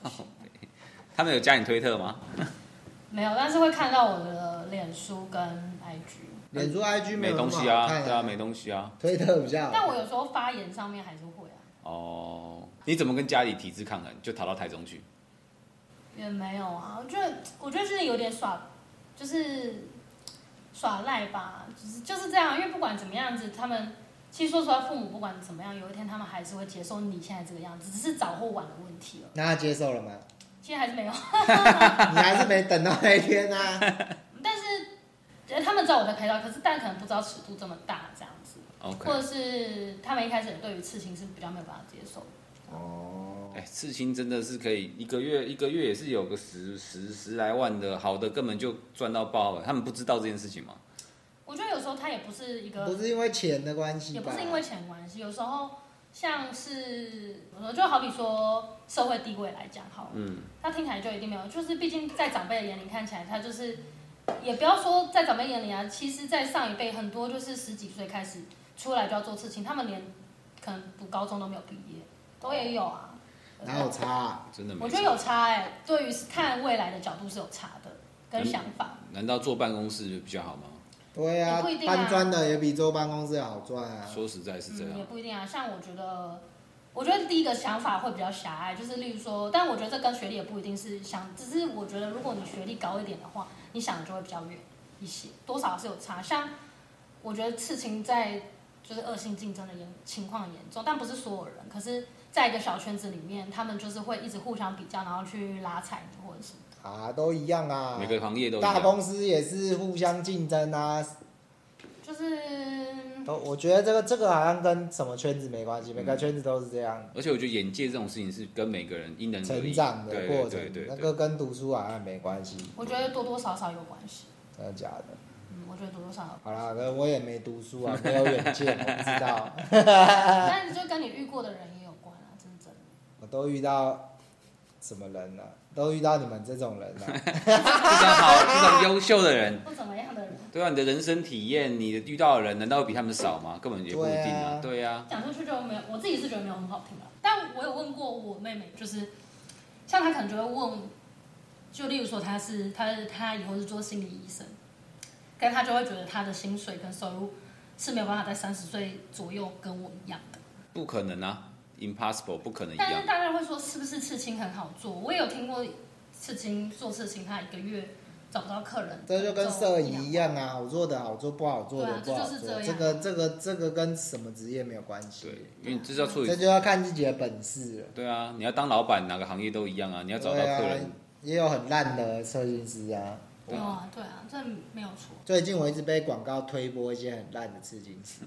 [SPEAKER 3] 靠北 他们有加你推特吗？
[SPEAKER 5] 没有，但是会看到我的脸书跟 IG，
[SPEAKER 4] 脸书 IG 没
[SPEAKER 3] 没
[SPEAKER 4] 有那
[SPEAKER 3] 东
[SPEAKER 4] 么好
[SPEAKER 3] 西啊，
[SPEAKER 4] 看、
[SPEAKER 3] 对啊，没东西啊。
[SPEAKER 4] 推特比较好看。
[SPEAKER 5] 但我有时候发言上面还是会啊，
[SPEAKER 3] 哦，你怎么跟家里体制抗衡？就逃到台中去，
[SPEAKER 5] 也没有啊，我觉得我觉得是有点耍，就是耍赖吧，就是就是这样。因为不管怎么样子，他们其实说实话，父母不管怎么样，有一天他们还是会接受你现在这个样子，只是早或晚的问题了。
[SPEAKER 4] 那他接受了吗？
[SPEAKER 5] 其实还是没有，
[SPEAKER 4] 你还是没等到那一天啊！
[SPEAKER 5] 但是呃他们知道我在拍照，可是但可能不知道尺度这么大这样子，
[SPEAKER 3] OK，
[SPEAKER 5] 或者是他们一开始对于刺青是比较没有办法接受的。
[SPEAKER 4] 哦，
[SPEAKER 3] 哎，刺青真的是可以一个月一个月也是有个十十十来万的，好的根本就赚到爆了。他们不知道这件事情吗？
[SPEAKER 5] 我觉得有时候他也不是一个
[SPEAKER 4] 不是因为钱的关系
[SPEAKER 5] 也不
[SPEAKER 4] 吧？
[SPEAKER 5] 是因为钱关系，有时候像是我说，就好比说社会地位来讲好了，
[SPEAKER 3] 嗯，
[SPEAKER 5] 他听起来就一定没有，就是毕竟在长辈的眼里看起来，他就是也不要说在长辈眼里啊，其实，在上一辈很多就是十几岁开始出来就要做事情，他们连可能读高中都没有毕业，都也有啊。对
[SPEAKER 4] 哪有差、啊？
[SPEAKER 3] 真的没。
[SPEAKER 5] 我觉得有。差哎、对于看未来的角度是有差的，跟
[SPEAKER 3] 嗯
[SPEAKER 5] 想法。
[SPEAKER 3] 难道坐办公室比较好吗？
[SPEAKER 4] 对啊，
[SPEAKER 5] 也不一定啊
[SPEAKER 4] 搬砖的也比坐办公室好赚啊。
[SPEAKER 3] 说实在是这
[SPEAKER 5] 嗯，也
[SPEAKER 3] 样。
[SPEAKER 5] 不一定啊。像我觉得，我觉得第一个想法会比较狭隘，就是例如说，但我觉得这跟学历也不一定是想，只是我觉得如果你学历高一点的话，你想的就会比较远一些，多少是有差。像我觉得刺青在就是恶性竞争的严情况很严重，但不是所有人，可是在一个小圈子里面，他们就是会一直互相比较，然后去拉踩你或者什么。
[SPEAKER 4] 啊，都一样啊。
[SPEAKER 5] 嗯
[SPEAKER 3] 每个行业都一
[SPEAKER 4] 大
[SPEAKER 3] 样。
[SPEAKER 4] 公司也是互相竞争啊。
[SPEAKER 5] 就是
[SPEAKER 4] 都我觉得这个这个好像跟什么圈子没关系，每
[SPEAKER 3] 嗯
[SPEAKER 4] 个圈子都是这样
[SPEAKER 3] 而且我觉得眼界这种事情是跟每个人因人而
[SPEAKER 4] 成
[SPEAKER 3] 异，
[SPEAKER 4] 长
[SPEAKER 3] 对
[SPEAKER 4] 的过
[SPEAKER 3] 对
[SPEAKER 4] 程
[SPEAKER 3] 对，对
[SPEAKER 4] 那
[SPEAKER 3] 对
[SPEAKER 4] 个跟读书好像没关系，
[SPEAKER 5] 我觉得多多少少有关系，
[SPEAKER 4] 真的假的？
[SPEAKER 5] 嗯，我觉得多多少少有
[SPEAKER 4] 好啦，可我也没读书 啊，没有远见，我不知道。
[SPEAKER 3] 呃
[SPEAKER 5] 但是就跟你遇过的人也有关啊，真正。
[SPEAKER 4] 我都遇到什么人了、都遇到你们这种人了、啊
[SPEAKER 3] 这种好，这种优秀的人，
[SPEAKER 5] 不怎么样的人，
[SPEAKER 3] 对啊，你的人生体验，你的遇到的人，难道会比他们少吗？根本也不一定啊，对啊，
[SPEAKER 5] 讲出去就没有，我自己是觉得没有很好听了。但我有问过我妹妹，就是像她可能就会问，就例如说她是她她以后是做心理医生，但她就会觉得她的薪水跟收入是没有办法在三十岁左右跟我一样的。
[SPEAKER 3] 不可能啊，impossible，不可能一
[SPEAKER 5] 但
[SPEAKER 3] 样
[SPEAKER 5] 是。大家会说，是不是刺青很好做？我也有听过刺青做刺青，他一个月找不到客人，
[SPEAKER 4] 这就跟摄影一
[SPEAKER 5] 一。
[SPEAKER 4] 样啊，好做的好做，不好做的不
[SPEAKER 5] 对啊
[SPEAKER 4] 好
[SPEAKER 5] 这就是
[SPEAKER 4] 做。
[SPEAKER 5] 这样
[SPEAKER 4] 这个这个这个跟什么职业没有关系，
[SPEAKER 3] 对，因为这是要处理
[SPEAKER 4] 这。就要看自己的本事了。
[SPEAKER 3] 对啊，你要当老板，哪个行业都一样啊，你要找到客
[SPEAKER 4] 对
[SPEAKER 3] 人
[SPEAKER 4] 啊。也有很烂的摄影师啊。
[SPEAKER 5] 对啊，对啊，这没有错，
[SPEAKER 4] 最近我一直被广告推播一些很烂的刺青 师。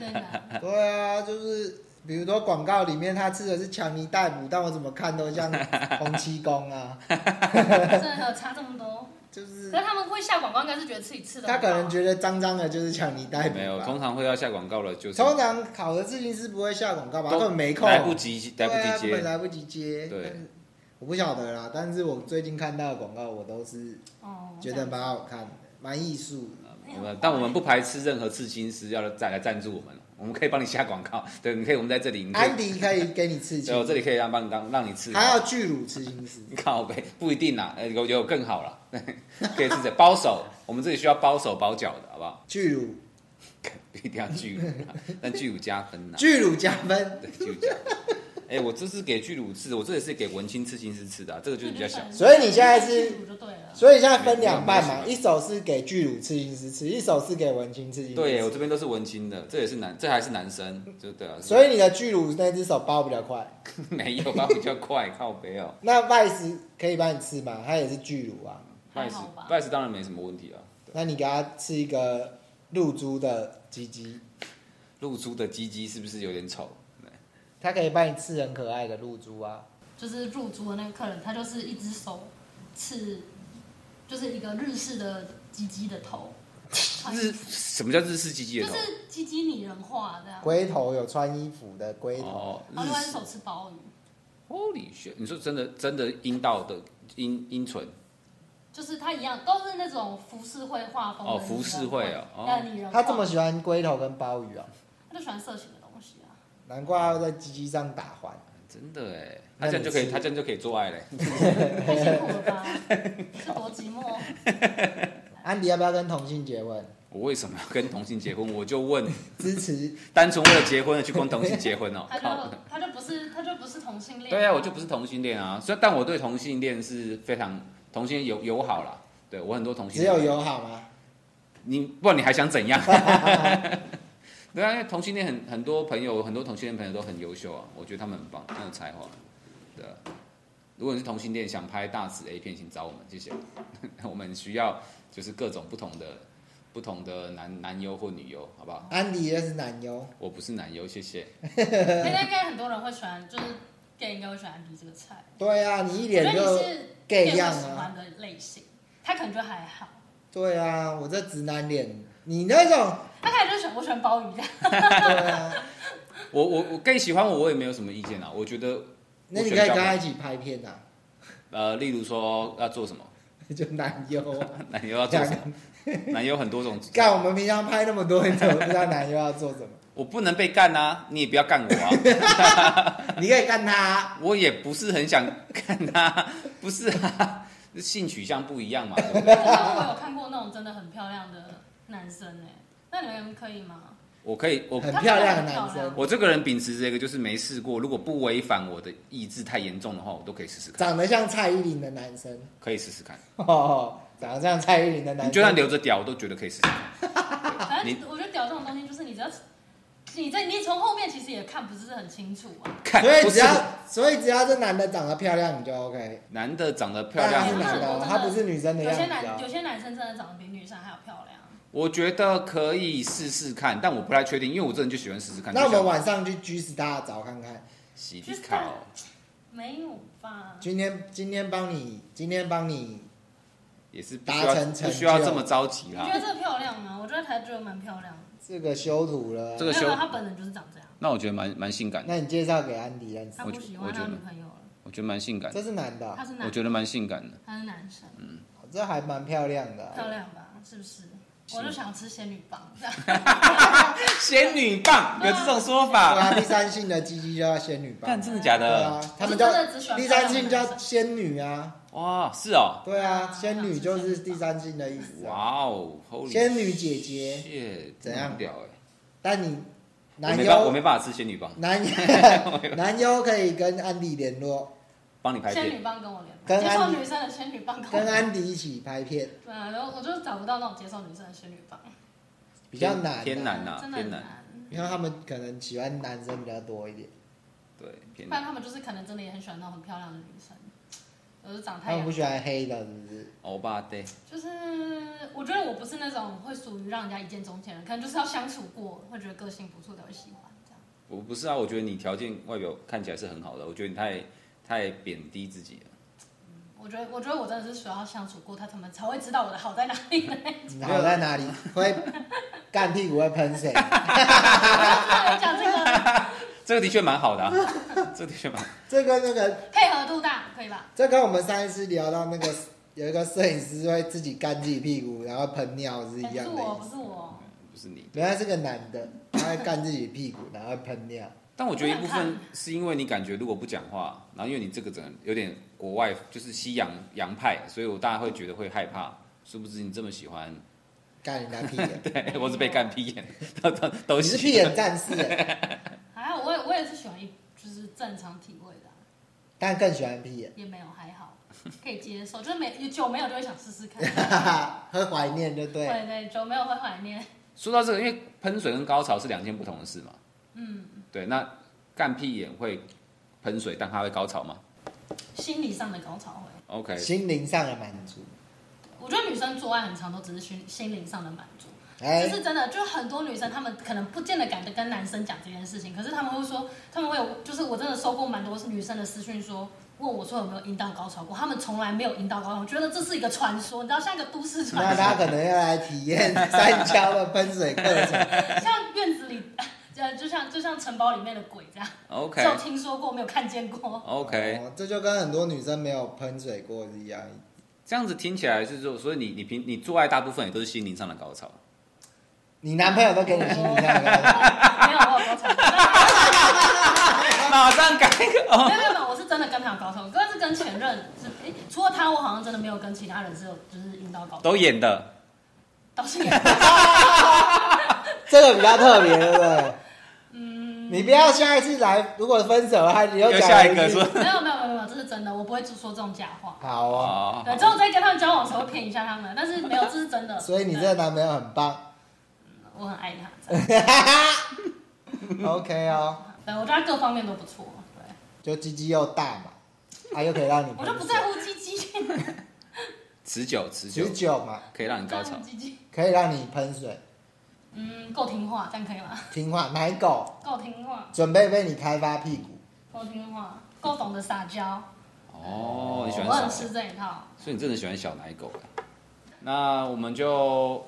[SPEAKER 5] 真的。
[SPEAKER 4] 对啊，就是比如说广告里面他吃的是强尼戴普，但我怎么看都像洪七公啊，
[SPEAKER 5] 真的差这么多。
[SPEAKER 4] 就是
[SPEAKER 5] 可是他们会下广告，应该是觉得自啊己吃的。
[SPEAKER 4] 他可能觉得脏脏的就是强尼戴普吧。
[SPEAKER 3] 没有，通常会要下广告了，就是
[SPEAKER 4] 哎通常好的刺青师不会下广告吧？他
[SPEAKER 3] 都
[SPEAKER 4] 根本没空，
[SPEAKER 3] 来不及，来
[SPEAKER 4] 对啊
[SPEAKER 3] 不及
[SPEAKER 4] 根本
[SPEAKER 3] 接。
[SPEAKER 4] 来不及接。
[SPEAKER 3] 对
[SPEAKER 4] 但是，我不晓得啦，但是我最近看到的广告，我都是
[SPEAKER 5] 哦，
[SPEAKER 4] 觉得蛮好看的，蛮艺术的。
[SPEAKER 3] 我们，但我们不排斥任何刺青师要再来赞助我们，我们可以帮你下广告。对，你可以，我们在这里，你可以
[SPEAKER 4] 安，迪可以给你刺
[SPEAKER 3] 对，啊我
[SPEAKER 4] 青，
[SPEAKER 3] 这里可以让帮你当让你刺。
[SPEAKER 4] 还要巨乳刺青师。
[SPEAKER 3] 靠背不一定啦，呃有有更好啦， 可以是这包手，我们这里需要包手包脚的好不好？
[SPEAKER 4] 巨乳，
[SPEAKER 3] 一定要巨乳啊，但巨乳加分 呐，
[SPEAKER 4] 巨乳加分。
[SPEAKER 3] 对，巨乳加分。哎、我这是给巨乳刺的，我这也是给文青刺青师刺的、啊，这个就是比较小。
[SPEAKER 4] 所以你现在是
[SPEAKER 5] 就对了。
[SPEAKER 4] 所以现在分两半
[SPEAKER 3] 没有
[SPEAKER 4] 嘛，
[SPEAKER 3] 没
[SPEAKER 4] 一手是给巨乳刺青师刺，一手是给文青刺青师。
[SPEAKER 3] 对，我这边都是文青的，这也是男，这还是男生，就对啊。
[SPEAKER 4] 所以你的巨乳那只手包比较快。
[SPEAKER 3] 没有啊吧，比 较 快，靠背哦。
[SPEAKER 4] 那 Vice 可以帮你刺吗？它也是巨乳啊。
[SPEAKER 5] 还
[SPEAKER 3] 拜斯
[SPEAKER 5] 好吧
[SPEAKER 3] 拜斯当然没什么问题啊。
[SPEAKER 4] 那你给它刺一个露珠的鸡鸡，
[SPEAKER 3] 露珠的鸡鸡是不是有点丑？
[SPEAKER 4] 它可以帮你刺很可爱的露珠啊。
[SPEAKER 5] 就是入住的那个客人，他就是一只手刺，就是一个日式的鸡鸡的头，
[SPEAKER 3] 日什么叫日式鸡鸡
[SPEAKER 5] 就
[SPEAKER 3] 的头？
[SPEAKER 5] 是鸡鸡拟人化这样。
[SPEAKER 4] 龟头有穿衣服的龟头，
[SPEAKER 3] 哦，
[SPEAKER 5] 然后另
[SPEAKER 3] 日
[SPEAKER 5] 外一
[SPEAKER 3] 式
[SPEAKER 5] 只手吃鲍鱼，
[SPEAKER 3] Holy shit！你说真的，真的阴道的阴阴唇
[SPEAKER 5] 就是他一样，都是那种浮世绘画风的
[SPEAKER 3] 哦浮世绘哦哦
[SPEAKER 5] 呃拟人化。
[SPEAKER 4] 他这么喜欢龟头跟鲍鱼哦，
[SPEAKER 5] 他就喜欢色情的东西啊，
[SPEAKER 4] 难怪要在鸡鸡上打环。
[SPEAKER 3] 真的哎，他
[SPEAKER 4] 那你
[SPEAKER 3] 这样就可以，
[SPEAKER 4] 是
[SPEAKER 3] 他这样就可以做爱嘞。
[SPEAKER 5] 太辛苦了吧？这多寂寞。
[SPEAKER 4] 安迪要不要跟同性结婚？
[SPEAKER 3] 我为什么要跟同性结婚？我就问，
[SPEAKER 4] 支持
[SPEAKER 3] 单纯为了结婚而去跟同性结婚哦？
[SPEAKER 5] 他
[SPEAKER 3] 靠
[SPEAKER 5] 就！他就不是他就不是同性恋。
[SPEAKER 3] 对啊，我就不是同性恋啊，所以但我对同性恋是非常同性恋友友好啦。对我很多同性
[SPEAKER 4] 只
[SPEAKER 3] 恋
[SPEAKER 4] 有友好吗？
[SPEAKER 3] 你，不然你还想怎 样？ 对啊，因为同性恋很很多朋友，很多同性恋朋友都很优秀啊，我觉得他们很棒，很有才华。对啊，如果你是同性恋想拍大尺 A 片，请找我们，谢 谢。我们需要就是各种不同的不同的男男优或女优，好不好？
[SPEAKER 4] 安迪也是男优，
[SPEAKER 3] 我不是男优，谢谢。
[SPEAKER 5] 现在应该很多人会喜欢，就是 gay 应该会喜欢安迪这个菜。
[SPEAKER 4] 对啊，你一
[SPEAKER 5] 我觉得
[SPEAKER 4] 脸
[SPEAKER 5] 你
[SPEAKER 4] 就是 gay 样
[SPEAKER 5] 会喜
[SPEAKER 4] 啊，
[SPEAKER 5] 欢的类型，他可能就还好，
[SPEAKER 4] 对啊，我这直男脸，你 那种
[SPEAKER 5] 他可能就喜欢我喜欢鲍鱼 这样。
[SPEAKER 4] 对啊，
[SPEAKER 3] 我我我 gay 喜欢我，我也没有什么意见啊。我觉得
[SPEAKER 4] 那你可以跟他一起拍片啊，
[SPEAKER 3] 呃，例如说要做什么，
[SPEAKER 4] 就男优啊。
[SPEAKER 3] 男优要做什么，男优很多种。
[SPEAKER 4] 干，我们平常拍那么多，你怎么不知道男优要做什么？
[SPEAKER 3] 我不能被干啊，你也不要干我啊。
[SPEAKER 4] 你可以干他啊，
[SPEAKER 3] 我也不是很想看他， 不是啊，性取向不一样嘛，对不对？
[SPEAKER 5] 可是我有看过那种真的很漂亮的男生哎、那你们可以吗？
[SPEAKER 3] 我可以，我
[SPEAKER 4] 很漂亮的男生，
[SPEAKER 3] 我这个人秉持这个就是没试过，如果不违反我的意志太严重的话，我都可以试试看，
[SPEAKER 4] 长得像蔡依林的男生，
[SPEAKER 3] 可以试试看。
[SPEAKER 4] 哦，长得像蔡依林的男
[SPEAKER 3] 你
[SPEAKER 4] 生，
[SPEAKER 3] 就算留着屌，我都觉得可以试试看。
[SPEAKER 5] 反
[SPEAKER 3] 啊你
[SPEAKER 5] 正我觉得屌这种东西，就是你只要你在你从后面其实也看不是很清楚啊。
[SPEAKER 3] 看，
[SPEAKER 4] 所以
[SPEAKER 3] 不
[SPEAKER 4] 只
[SPEAKER 3] 是
[SPEAKER 4] 要所以只要这男的长得漂亮，你就 OK。
[SPEAKER 3] 男的长得漂
[SPEAKER 4] 但他
[SPEAKER 3] 亮
[SPEAKER 4] 是
[SPEAKER 5] 当然，
[SPEAKER 4] 男的哦，
[SPEAKER 5] 我
[SPEAKER 4] 他不是女生的
[SPEAKER 5] 有
[SPEAKER 4] 样
[SPEAKER 5] 些
[SPEAKER 4] 子
[SPEAKER 5] 男有
[SPEAKER 4] 哦。
[SPEAKER 5] 些男生真的长得比女生还要漂亮。
[SPEAKER 3] 我觉得可以试试看，但我不太确定，因为我这人就喜欢试试看。
[SPEAKER 4] 那我
[SPEAKER 3] 就
[SPEAKER 4] 们
[SPEAKER 3] 像
[SPEAKER 4] 晚上去 G Star 找看看。
[SPEAKER 3] 洗地考，
[SPEAKER 5] 没有
[SPEAKER 3] 啊
[SPEAKER 5] 吧？
[SPEAKER 4] 今天今天帮你，今天帮你，
[SPEAKER 3] 也是不需要
[SPEAKER 4] 达成成
[SPEAKER 3] 不需要
[SPEAKER 4] 就
[SPEAKER 3] 这么着急
[SPEAKER 5] 你
[SPEAKER 3] 啦
[SPEAKER 5] 觉。得这个漂亮吗？我觉得台这蛮漂亮的。
[SPEAKER 4] 这个修图了。
[SPEAKER 3] 这个
[SPEAKER 5] 没
[SPEAKER 3] 修
[SPEAKER 5] 有，，啊他本人就是长这样，
[SPEAKER 3] 那我觉得蛮蛮性感的，
[SPEAKER 4] 那你介绍给安迪认识
[SPEAKER 5] 他，不喜欢
[SPEAKER 3] 我觉
[SPEAKER 5] 他
[SPEAKER 3] 得
[SPEAKER 5] 女朋友了，
[SPEAKER 3] 我觉得蛮性感的
[SPEAKER 4] 这，是男的哦、
[SPEAKER 5] 他是
[SPEAKER 3] 我
[SPEAKER 5] 男，
[SPEAKER 3] 觉得蛮性感的。
[SPEAKER 5] 他是男生。
[SPEAKER 4] 这还蛮漂亮的哦、
[SPEAKER 5] 漂亮吧？是不是？
[SPEAKER 3] 是
[SPEAKER 5] 我就想吃仙女 棒，这样
[SPEAKER 3] 仙女棒有这种说
[SPEAKER 4] 对
[SPEAKER 5] 嗯
[SPEAKER 3] 法？
[SPEAKER 4] 啊，第三性的鸡鸡就叫仙女棒
[SPEAKER 3] 但。真的假
[SPEAKER 4] 对
[SPEAKER 3] 的？
[SPEAKER 4] 啊，他们叫
[SPEAKER 5] 我是真的只喜欢
[SPEAKER 4] 第
[SPEAKER 5] 漂亮
[SPEAKER 4] 三
[SPEAKER 5] 的
[SPEAKER 4] 性叫仙女啊，
[SPEAKER 3] 哇，是哦，
[SPEAKER 4] 对啊，
[SPEAKER 5] 啊
[SPEAKER 4] 仙女就是第三性的意思啊。
[SPEAKER 3] 哇哦，Holy
[SPEAKER 4] 仙女姐姐
[SPEAKER 3] shit，
[SPEAKER 4] 怎样
[SPEAKER 3] 屌哎！
[SPEAKER 4] 但你
[SPEAKER 3] 我
[SPEAKER 4] 男
[SPEAKER 3] 没办，我
[SPEAKER 4] 优
[SPEAKER 3] 没办法吃仙女棒，
[SPEAKER 4] 男 男优可以跟安迪联络，
[SPEAKER 3] 帮你拍
[SPEAKER 5] 仙女
[SPEAKER 3] 片。
[SPEAKER 5] 棒跟我连，
[SPEAKER 4] 跟
[SPEAKER 5] 接受
[SPEAKER 4] 安
[SPEAKER 5] 女生的仙女棒跟
[SPEAKER 4] 跟
[SPEAKER 5] 我
[SPEAKER 4] 安迪一起拍片
[SPEAKER 5] 对啊，然后我就找不到那种接受女生的仙女棒，
[SPEAKER 4] 比较难、啊，
[SPEAKER 3] 偏难呐、
[SPEAKER 5] 真的
[SPEAKER 3] 偏
[SPEAKER 5] 很
[SPEAKER 3] 难，
[SPEAKER 5] 难。
[SPEAKER 4] 因为他们可能喜欢男生比较多一点，
[SPEAKER 3] 对，偏
[SPEAKER 5] 不
[SPEAKER 3] 难。
[SPEAKER 5] 然他们就是可能真的也很喜欢那种很漂亮的女生，我就长
[SPEAKER 4] 他
[SPEAKER 5] 太
[SPEAKER 4] 们
[SPEAKER 5] 阳
[SPEAKER 4] 不。喜欢黑的，是不是？
[SPEAKER 3] 欧巴对，
[SPEAKER 5] 就是我觉得我不是那种会属于让人家一见钟情的人，可能就是要相处过，会觉得个性不错才会喜欢这样。
[SPEAKER 3] 我不是啊，我觉得你条件外表看起来是很好的，我觉得你太太贬低自己了。
[SPEAKER 5] 我觉得，我觉得我真的是需要相处过，他他们才会知道我的好在哪 里的。
[SPEAKER 4] 你好在哪里？ 会干屁股会喷水？
[SPEAKER 5] 讲这个
[SPEAKER 3] 这个的确蛮 好的、啊，这个的确蛮好。
[SPEAKER 4] 这跟那个，
[SPEAKER 5] 配合度大，可以吧？
[SPEAKER 4] 这跟我们上一次聊到那个有一个摄影师会自己干自己屁股，然后喷尿是一
[SPEAKER 5] 哎不
[SPEAKER 4] 样
[SPEAKER 5] 是
[SPEAKER 4] 的
[SPEAKER 5] 我，
[SPEAKER 4] 意
[SPEAKER 5] 不
[SPEAKER 4] 思。
[SPEAKER 5] 是我，
[SPEAKER 3] 不是你，
[SPEAKER 4] 原来是个男的，他会干自己屁股，然后会喷尿。
[SPEAKER 3] 但我觉得一部
[SPEAKER 5] 我
[SPEAKER 3] 分
[SPEAKER 5] 很看
[SPEAKER 3] 是因为你感觉如果不讲话，然后因为你这个整有点国外就是西洋洋派，所以我大家会觉得会害怕。殊不知你这么喜欢，
[SPEAKER 4] 干人家屁眼，
[SPEAKER 5] 哎
[SPEAKER 3] 对我是被干屁眼， 都都都
[SPEAKER 4] 你是屁眼战士欸，
[SPEAKER 5] 还好，我也我也是喜欢一就是正常体味的啊、
[SPEAKER 4] 但更喜欢屁眼，
[SPEAKER 5] 也没有还好，可以接受，就是没有酒没有就会想试试看，
[SPEAKER 4] 会怀念就对了。
[SPEAKER 5] 对对，酒没有会怀念，
[SPEAKER 3] 说到这个，因为喷水跟高潮是两件不同的事嘛。
[SPEAKER 5] 嗯，
[SPEAKER 3] 对，那干屁眼会喷水，但它会高潮吗
[SPEAKER 5] 心理上的高潮会。
[SPEAKER 3] ？OK，
[SPEAKER 4] 心灵上的满足。
[SPEAKER 5] 我觉得女生做爱很常都只是心心灵上的满足，
[SPEAKER 4] 哎
[SPEAKER 5] 这，是真的。就很多女生她们可能不见得敢跟男生讲这件事情，可是她们会说，她们会有，就是我真的收过蛮多女生的私讯说。问我说有没有阴道高潮过？她们从来没有阴道高潮，我觉得这是一个传说，你知道，像一个都市
[SPEAKER 4] 那
[SPEAKER 5] 传
[SPEAKER 4] 他
[SPEAKER 5] 说，
[SPEAKER 4] 可能要来体验三焦的喷水课 程。
[SPEAKER 5] 像院子里， 呃，就像就像城堡里面的鬼这样，只
[SPEAKER 3] OK
[SPEAKER 5] 有听说过，没有看见过。
[SPEAKER 3] OK，
[SPEAKER 4] 哦，这就跟很多女生没有喷水过是一样。
[SPEAKER 3] 这样子听起来是说，所以你你平你做爱大部分也都是心灵上的高潮。
[SPEAKER 4] 啊你男朋友都给你心灵上的高潮，
[SPEAKER 5] 没有，我有高潮过。
[SPEAKER 3] 马上改 一个哦。
[SPEAKER 5] 没有没有没有，我是真的跟他有高潮，但是跟前任是，哎、除了他，我好像真的没有跟其他人是有就是阴道高潮，
[SPEAKER 3] 都演的，
[SPEAKER 5] 倒是也
[SPEAKER 4] 这个比较特别，对不对？嗯，你不要下一次来，如果分手还你又
[SPEAKER 3] 又
[SPEAKER 4] 讲
[SPEAKER 3] 下一
[SPEAKER 4] 回
[SPEAKER 3] 个
[SPEAKER 4] 去
[SPEAKER 3] 说
[SPEAKER 5] 没有没有没有没有，这是真的，我不会说这种假话。
[SPEAKER 4] 好哦。
[SPEAKER 3] 哦，
[SPEAKER 5] 对，只有在跟他们交往的时候会骗一下他们，但是没有，这是真的。
[SPEAKER 4] 所以你这
[SPEAKER 5] 对
[SPEAKER 4] 个男朋友很棒
[SPEAKER 5] 我很爱他，真的
[SPEAKER 4] ，OK 哦，
[SPEAKER 5] 对，我觉得他各方面都不错。对，
[SPEAKER 4] 就鸡鸡又大 嘛，啊又可以让你
[SPEAKER 5] 我
[SPEAKER 4] 喷
[SPEAKER 5] 就
[SPEAKER 4] 水，
[SPEAKER 5] 不在乎鸡鸡，
[SPEAKER 3] 持久持久
[SPEAKER 4] 持久嘛，
[SPEAKER 3] 可以让你
[SPEAKER 5] 不
[SPEAKER 3] 高
[SPEAKER 5] 在
[SPEAKER 3] 潮
[SPEAKER 5] 乎。鸡鸡。
[SPEAKER 4] 可以让你喷水，
[SPEAKER 5] 嗯，够听话，这样可以吗？
[SPEAKER 4] 听话奶狗，
[SPEAKER 5] 够听话，
[SPEAKER 4] 准备被你开发屁股，
[SPEAKER 5] 够听话，够懂得撒娇，
[SPEAKER 3] 哦，你喜
[SPEAKER 5] 我很
[SPEAKER 3] 欢小
[SPEAKER 5] 吃，这一套。
[SPEAKER 3] 所以你真的喜欢小奶狗啊。那我们就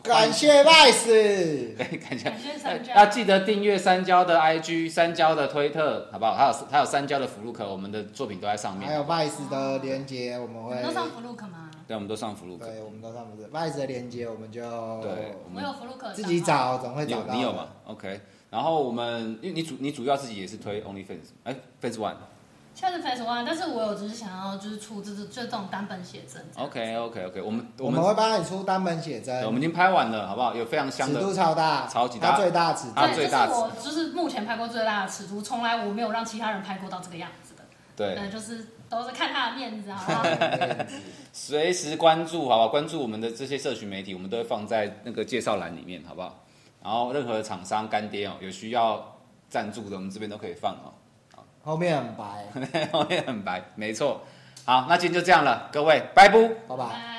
[SPEAKER 4] 感谢 Vice，
[SPEAKER 3] 对， 感谢
[SPEAKER 5] 感谢三焦
[SPEAKER 3] 要记得订阅三焦的 IG、三焦的推特，好不好？还有还有三焦的福禄克，我们的作品都在上面。
[SPEAKER 4] 还有 Vice 的连接我们
[SPEAKER 5] 你们都上
[SPEAKER 4] 会，
[SPEAKER 5] 福禄克吗？
[SPEAKER 3] 对，我们都上福禄克。
[SPEAKER 4] 对，我们都上不是 Vice 的连接我们就
[SPEAKER 3] 对，我
[SPEAKER 5] 我
[SPEAKER 3] 们
[SPEAKER 5] 有福禄克，
[SPEAKER 4] 自己。找总会
[SPEAKER 3] 你
[SPEAKER 4] 找
[SPEAKER 3] 有
[SPEAKER 4] 到的，
[SPEAKER 3] 你有吗？OK。然后我们，因为你主你主要自己也是推 OnlyFans，哎，Fans One。
[SPEAKER 5] 现在是 Face One，但是我有只是想要就是出这这就这种单本写真。
[SPEAKER 3] OK OK OK，我们
[SPEAKER 4] 我
[SPEAKER 3] 我
[SPEAKER 4] 们
[SPEAKER 3] 们
[SPEAKER 4] 会帮你出单本写真
[SPEAKER 3] 对，我们已经拍完了，好不好？有非常香
[SPEAKER 4] 尺
[SPEAKER 3] 的
[SPEAKER 4] 度超大，
[SPEAKER 3] 超级大
[SPEAKER 4] 它最大尺度。
[SPEAKER 3] 它
[SPEAKER 5] 对，
[SPEAKER 3] 最
[SPEAKER 5] 这
[SPEAKER 3] 大
[SPEAKER 5] 是我就是目前拍过最大的尺度，从来我没有让其他人拍过到这个样子的。
[SPEAKER 3] 对，
[SPEAKER 5] 对，就是都是看他的面子，好不好？
[SPEAKER 3] 随时关注，好吧？关注我们的这些社群媒体，我们都会放在那个介绍栏里面，好不好？然后任何厂商干爹哦，有需要赞助的，我们这边都可以放哦。
[SPEAKER 4] 后面很白，
[SPEAKER 3] 我也很白，没错。好，那今天就这样了，各位，拜拜。
[SPEAKER 4] 好吧？
[SPEAKER 5] 拜。